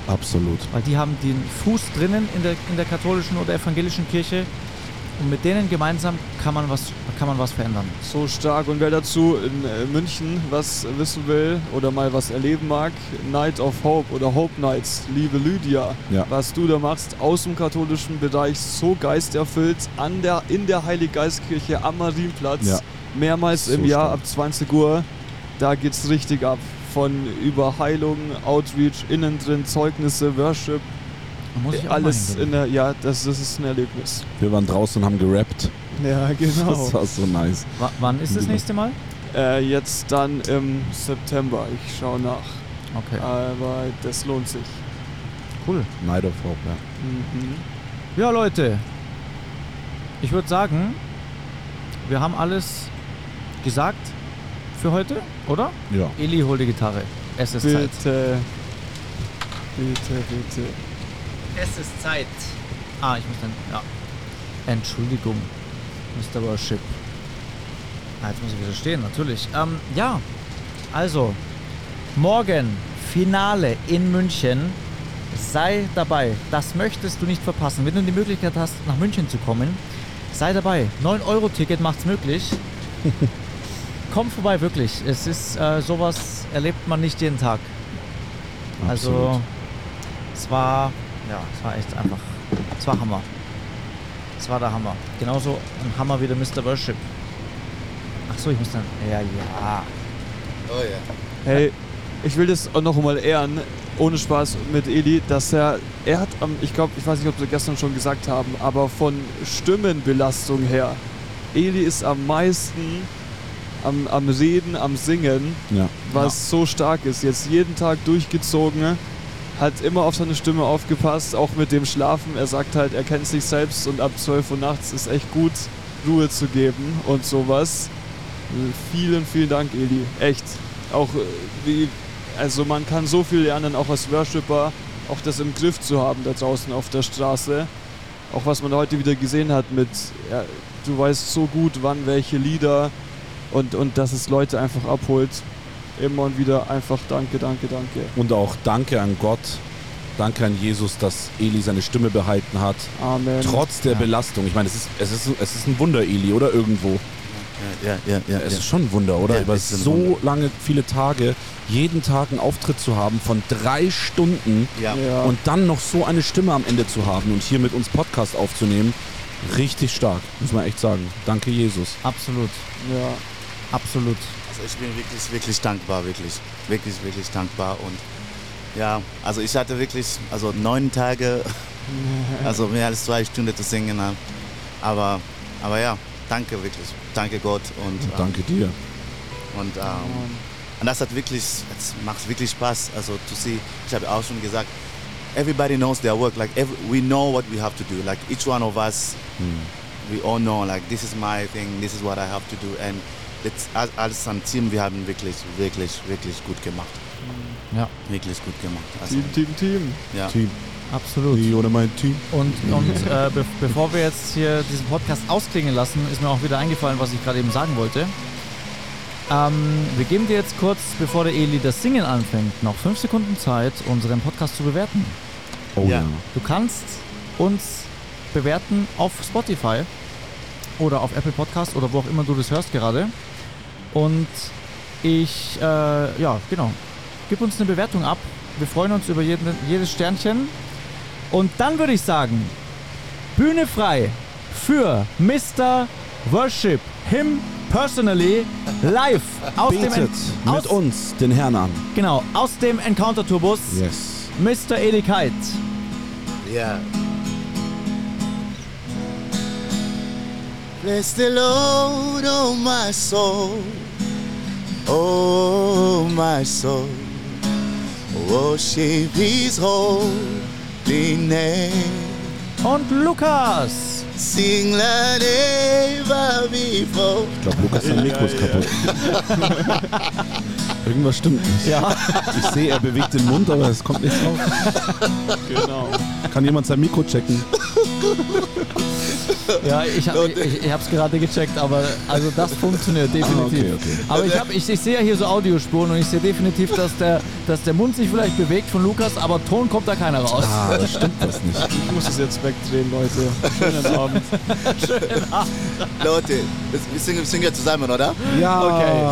[SPEAKER 5] Absolut.
[SPEAKER 4] Weil die haben den Fuß drinnen in der, in der katholischen oder evangelischen Kirche und mit denen gemeinsam kann man was, kann man was verändern.
[SPEAKER 2] So stark. Und wer dazu in äh, München was wissen will oder mal was erleben mag, Night of Hope oder Hope Nights, liebe Lydia,
[SPEAKER 5] Ja.
[SPEAKER 2] was du da machst, aus dem katholischen Bereich so geisterfüllt, an der, in der Heiliggeistkirche am Marienplatz,
[SPEAKER 5] Ja.
[SPEAKER 2] mehrmals im
[SPEAKER 5] So
[SPEAKER 2] Jahr
[SPEAKER 5] stark.
[SPEAKER 2] ab 20 Uhr, da geht's richtig ab. Von über Heilung, Outreach, innen drin, Zeugnisse, Worship,
[SPEAKER 4] Da muss ich auch
[SPEAKER 2] alles
[SPEAKER 4] mal
[SPEAKER 2] in der, ja, das, das ist ein Erlebnis.
[SPEAKER 5] Wir waren draußen und haben gerappt.
[SPEAKER 2] Ja,
[SPEAKER 5] Das war so nice.
[SPEAKER 4] Wa- Wann ist das nächste Mal?
[SPEAKER 2] Äh, jetzt dann im September. Ich schaue nach.
[SPEAKER 4] Okay,
[SPEAKER 2] Aber das lohnt sich.
[SPEAKER 4] Ah, cool.
[SPEAKER 5] Night of Hope, ja.
[SPEAKER 2] Mhm.
[SPEAKER 4] Ja, Leute, ich würde sagen, wir haben alles gesagt für heute, oder?
[SPEAKER 5] Ja.
[SPEAKER 4] Eli, hol die Gitarre. Es ist Zeit.
[SPEAKER 2] Bitte. Bitte, bitte.
[SPEAKER 4] Es ist Zeit. Ah, ich muss dann. Ja. Entschuldigung, Mr. Worship. Ah, jetzt muss ich wieder stehen, natürlich. Ähm, ja. Also, morgen Finale in München. Sei dabei. Das möchtest du nicht verpassen. Wenn du die Möglichkeit hast, nach München zu kommen, sei dabei. 9-Euro-Ticket macht's möglich. Komm vorbei, wirklich. Es ist äh, sowas erlebt man nicht jeden Tag. Also, es war, ja, es war echt einfach, es war Hammer. Es war der Hammer. Genauso ein Hammer wie der Mr. Worship. Ach so, ich muss dann, ja, ja.
[SPEAKER 6] Oh ja.
[SPEAKER 2] Hey, ich will das auch noch mal ehren, ohne Spaß mit Eli, dass er, er hat, am- ich glaube, ich weiß nicht, ob wir gestern schon gesagt haben, aber von Stimmenbelastung her, Eli ist am meisten am, am Reden, am Singen,
[SPEAKER 5] Ja.
[SPEAKER 2] was so stark ist. Jetzt jeden Tag durchgezogen, ne? hat immer auf seine Stimme aufgepasst, auch mit dem Schlafen. Er sagt halt, er kennt sich selbst und ab 12 Uhr nachts ist echt gut, Ruhe zu geben und sowas. Vielen, vielen Dank, Eli. Echt. Auch äh, wie, also man kann so viel lernen, auch als Worshipper, auch das im Griff zu haben da draußen auf der Straße. Auch was man heute wieder gesehen hat mit, ja, du weißt so gut, wann welche Lieder und, und dass es Leute einfach abholt. Immer und wieder einfach danke, danke, danke.
[SPEAKER 5] Und auch danke an Gott, danke an Jesus, dass Eli seine Stimme behalten hat.
[SPEAKER 2] Amen.
[SPEAKER 5] Trotz der Belastung. Ich meine, es ist, es, ist, es ist ein Wunder, Eli, oder? Irgendwo.
[SPEAKER 6] Ja, ja, ja.
[SPEAKER 5] Es ist schon ein Wunder, oder?
[SPEAKER 6] Ja,
[SPEAKER 5] Über
[SPEAKER 6] ist ein
[SPEAKER 5] so
[SPEAKER 6] Wunder.
[SPEAKER 5] lange, viele Tage, jeden Tag einen Auftritt zu haben von drei Stunden
[SPEAKER 6] ja.
[SPEAKER 2] ja.
[SPEAKER 5] und dann noch so eine Stimme am Ende zu haben und hier mit uns Podcast aufzunehmen. Richtig stark, muss man echt sagen. Danke, Jesus.
[SPEAKER 4] Absolut,
[SPEAKER 2] ja.
[SPEAKER 4] absolut.
[SPEAKER 6] Also ich bin wirklich, wirklich dankbar, wirklich. Wirklich, wirklich dankbar. Und ja, also ich hatte wirklich, also neun Tage, also mehr als zwei Stunden zu singen. Aber, aber ja, danke wirklich. Danke Gott. Und, ähm,
[SPEAKER 5] Danke dir.
[SPEAKER 6] Und, ähm, und das hat wirklich, es macht wirklich Spaß. Also to see, ich habe auch schon gesagt, everybody knows their work. Like every, we know what we have to do. Like each one of us,
[SPEAKER 2] Hmm.
[SPEAKER 6] we all know. Like this is my thing. This is what I have to do. And it's, als, als ein Team, wir haben wirklich, wirklich, wirklich gut gemacht.
[SPEAKER 4] Ja.
[SPEAKER 6] Wirklich gut gemacht. Also,
[SPEAKER 2] Team, Team, Team.
[SPEAKER 6] ja.
[SPEAKER 5] Team.
[SPEAKER 4] Absolut.
[SPEAKER 5] Ich oder mein Team.
[SPEAKER 4] Und, und äh, be bevor wir jetzt hier diesen Podcast ausklingen lassen, ist mir auch wieder eingefallen, was ich gerade eben sagen wollte. Ähm, wir geben dir jetzt kurz, bevor der Eli das Singen anfängt, noch fünf Sekunden Zeit, unseren Podcast zu bewerten.
[SPEAKER 5] Oh
[SPEAKER 6] Ja.
[SPEAKER 5] ja.
[SPEAKER 4] Du kannst uns bewerten auf Spotify oder auf Apple Podcast oder wo auch immer du das hörst gerade. Und Ich, äh, ja, genau. Gib uns eine Bewertung ab. Wir freuen uns über jeden, jedes Sternchen. Und dann würde ich sagen, Bühne frei für Mr. Worship, him personally, live aus dem,
[SPEAKER 5] Betet
[SPEAKER 4] En-
[SPEAKER 5] mit
[SPEAKER 4] aus,
[SPEAKER 5] uns den Herrn an.
[SPEAKER 4] genau, aus dem Encounter Tourbus,
[SPEAKER 5] Yes.
[SPEAKER 4] Mr. Eligkeit.
[SPEAKER 6] Yeah. Bless the Lord, oh my soul. Oh my soul. Worship his holy name.
[SPEAKER 4] Und Lukas.
[SPEAKER 6] Sing like never before.
[SPEAKER 5] Ich glaube, Lukas, sein Mikro ist kaputt. Irgendwas stimmt nicht.
[SPEAKER 4] Ja.
[SPEAKER 5] Ich sehe, er bewegt den Mund, aber es kommt nichts raus.
[SPEAKER 2] Genau.
[SPEAKER 5] Kann jemand sein Mikro checken?
[SPEAKER 4] Ja, ich, hab, ich, ich hab's gerade gecheckt, aber also das funktioniert definitiv.
[SPEAKER 5] Ah, okay, okay.
[SPEAKER 4] Aber ich, hab, ich, ich sehe ja hier so Audiospuren und ich sehe definitiv, dass der, dass der Mund sich vielleicht bewegt von Lukas, aber Ton kommt da keiner raus.
[SPEAKER 5] Ah, das stimmt was nicht.
[SPEAKER 2] Ich muss es jetzt wegdrehen, Leute. Schönen Abend.
[SPEAKER 6] Leute, wir singen, wir singen ja zusammen, oder?
[SPEAKER 5] Ja. Okay.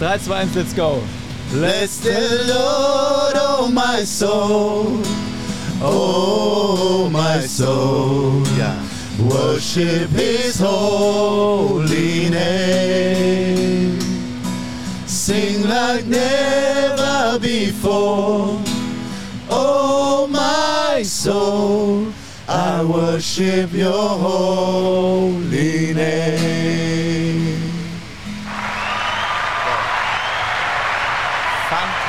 [SPEAKER 4] 3, 2, 1, let's go.
[SPEAKER 6] Bless the Lord, oh my soul. Oh my soul. Yeah. Worship his holy name. Sing like never before. Oh my soul. I worship your holy name.
[SPEAKER 3] Fantastisch.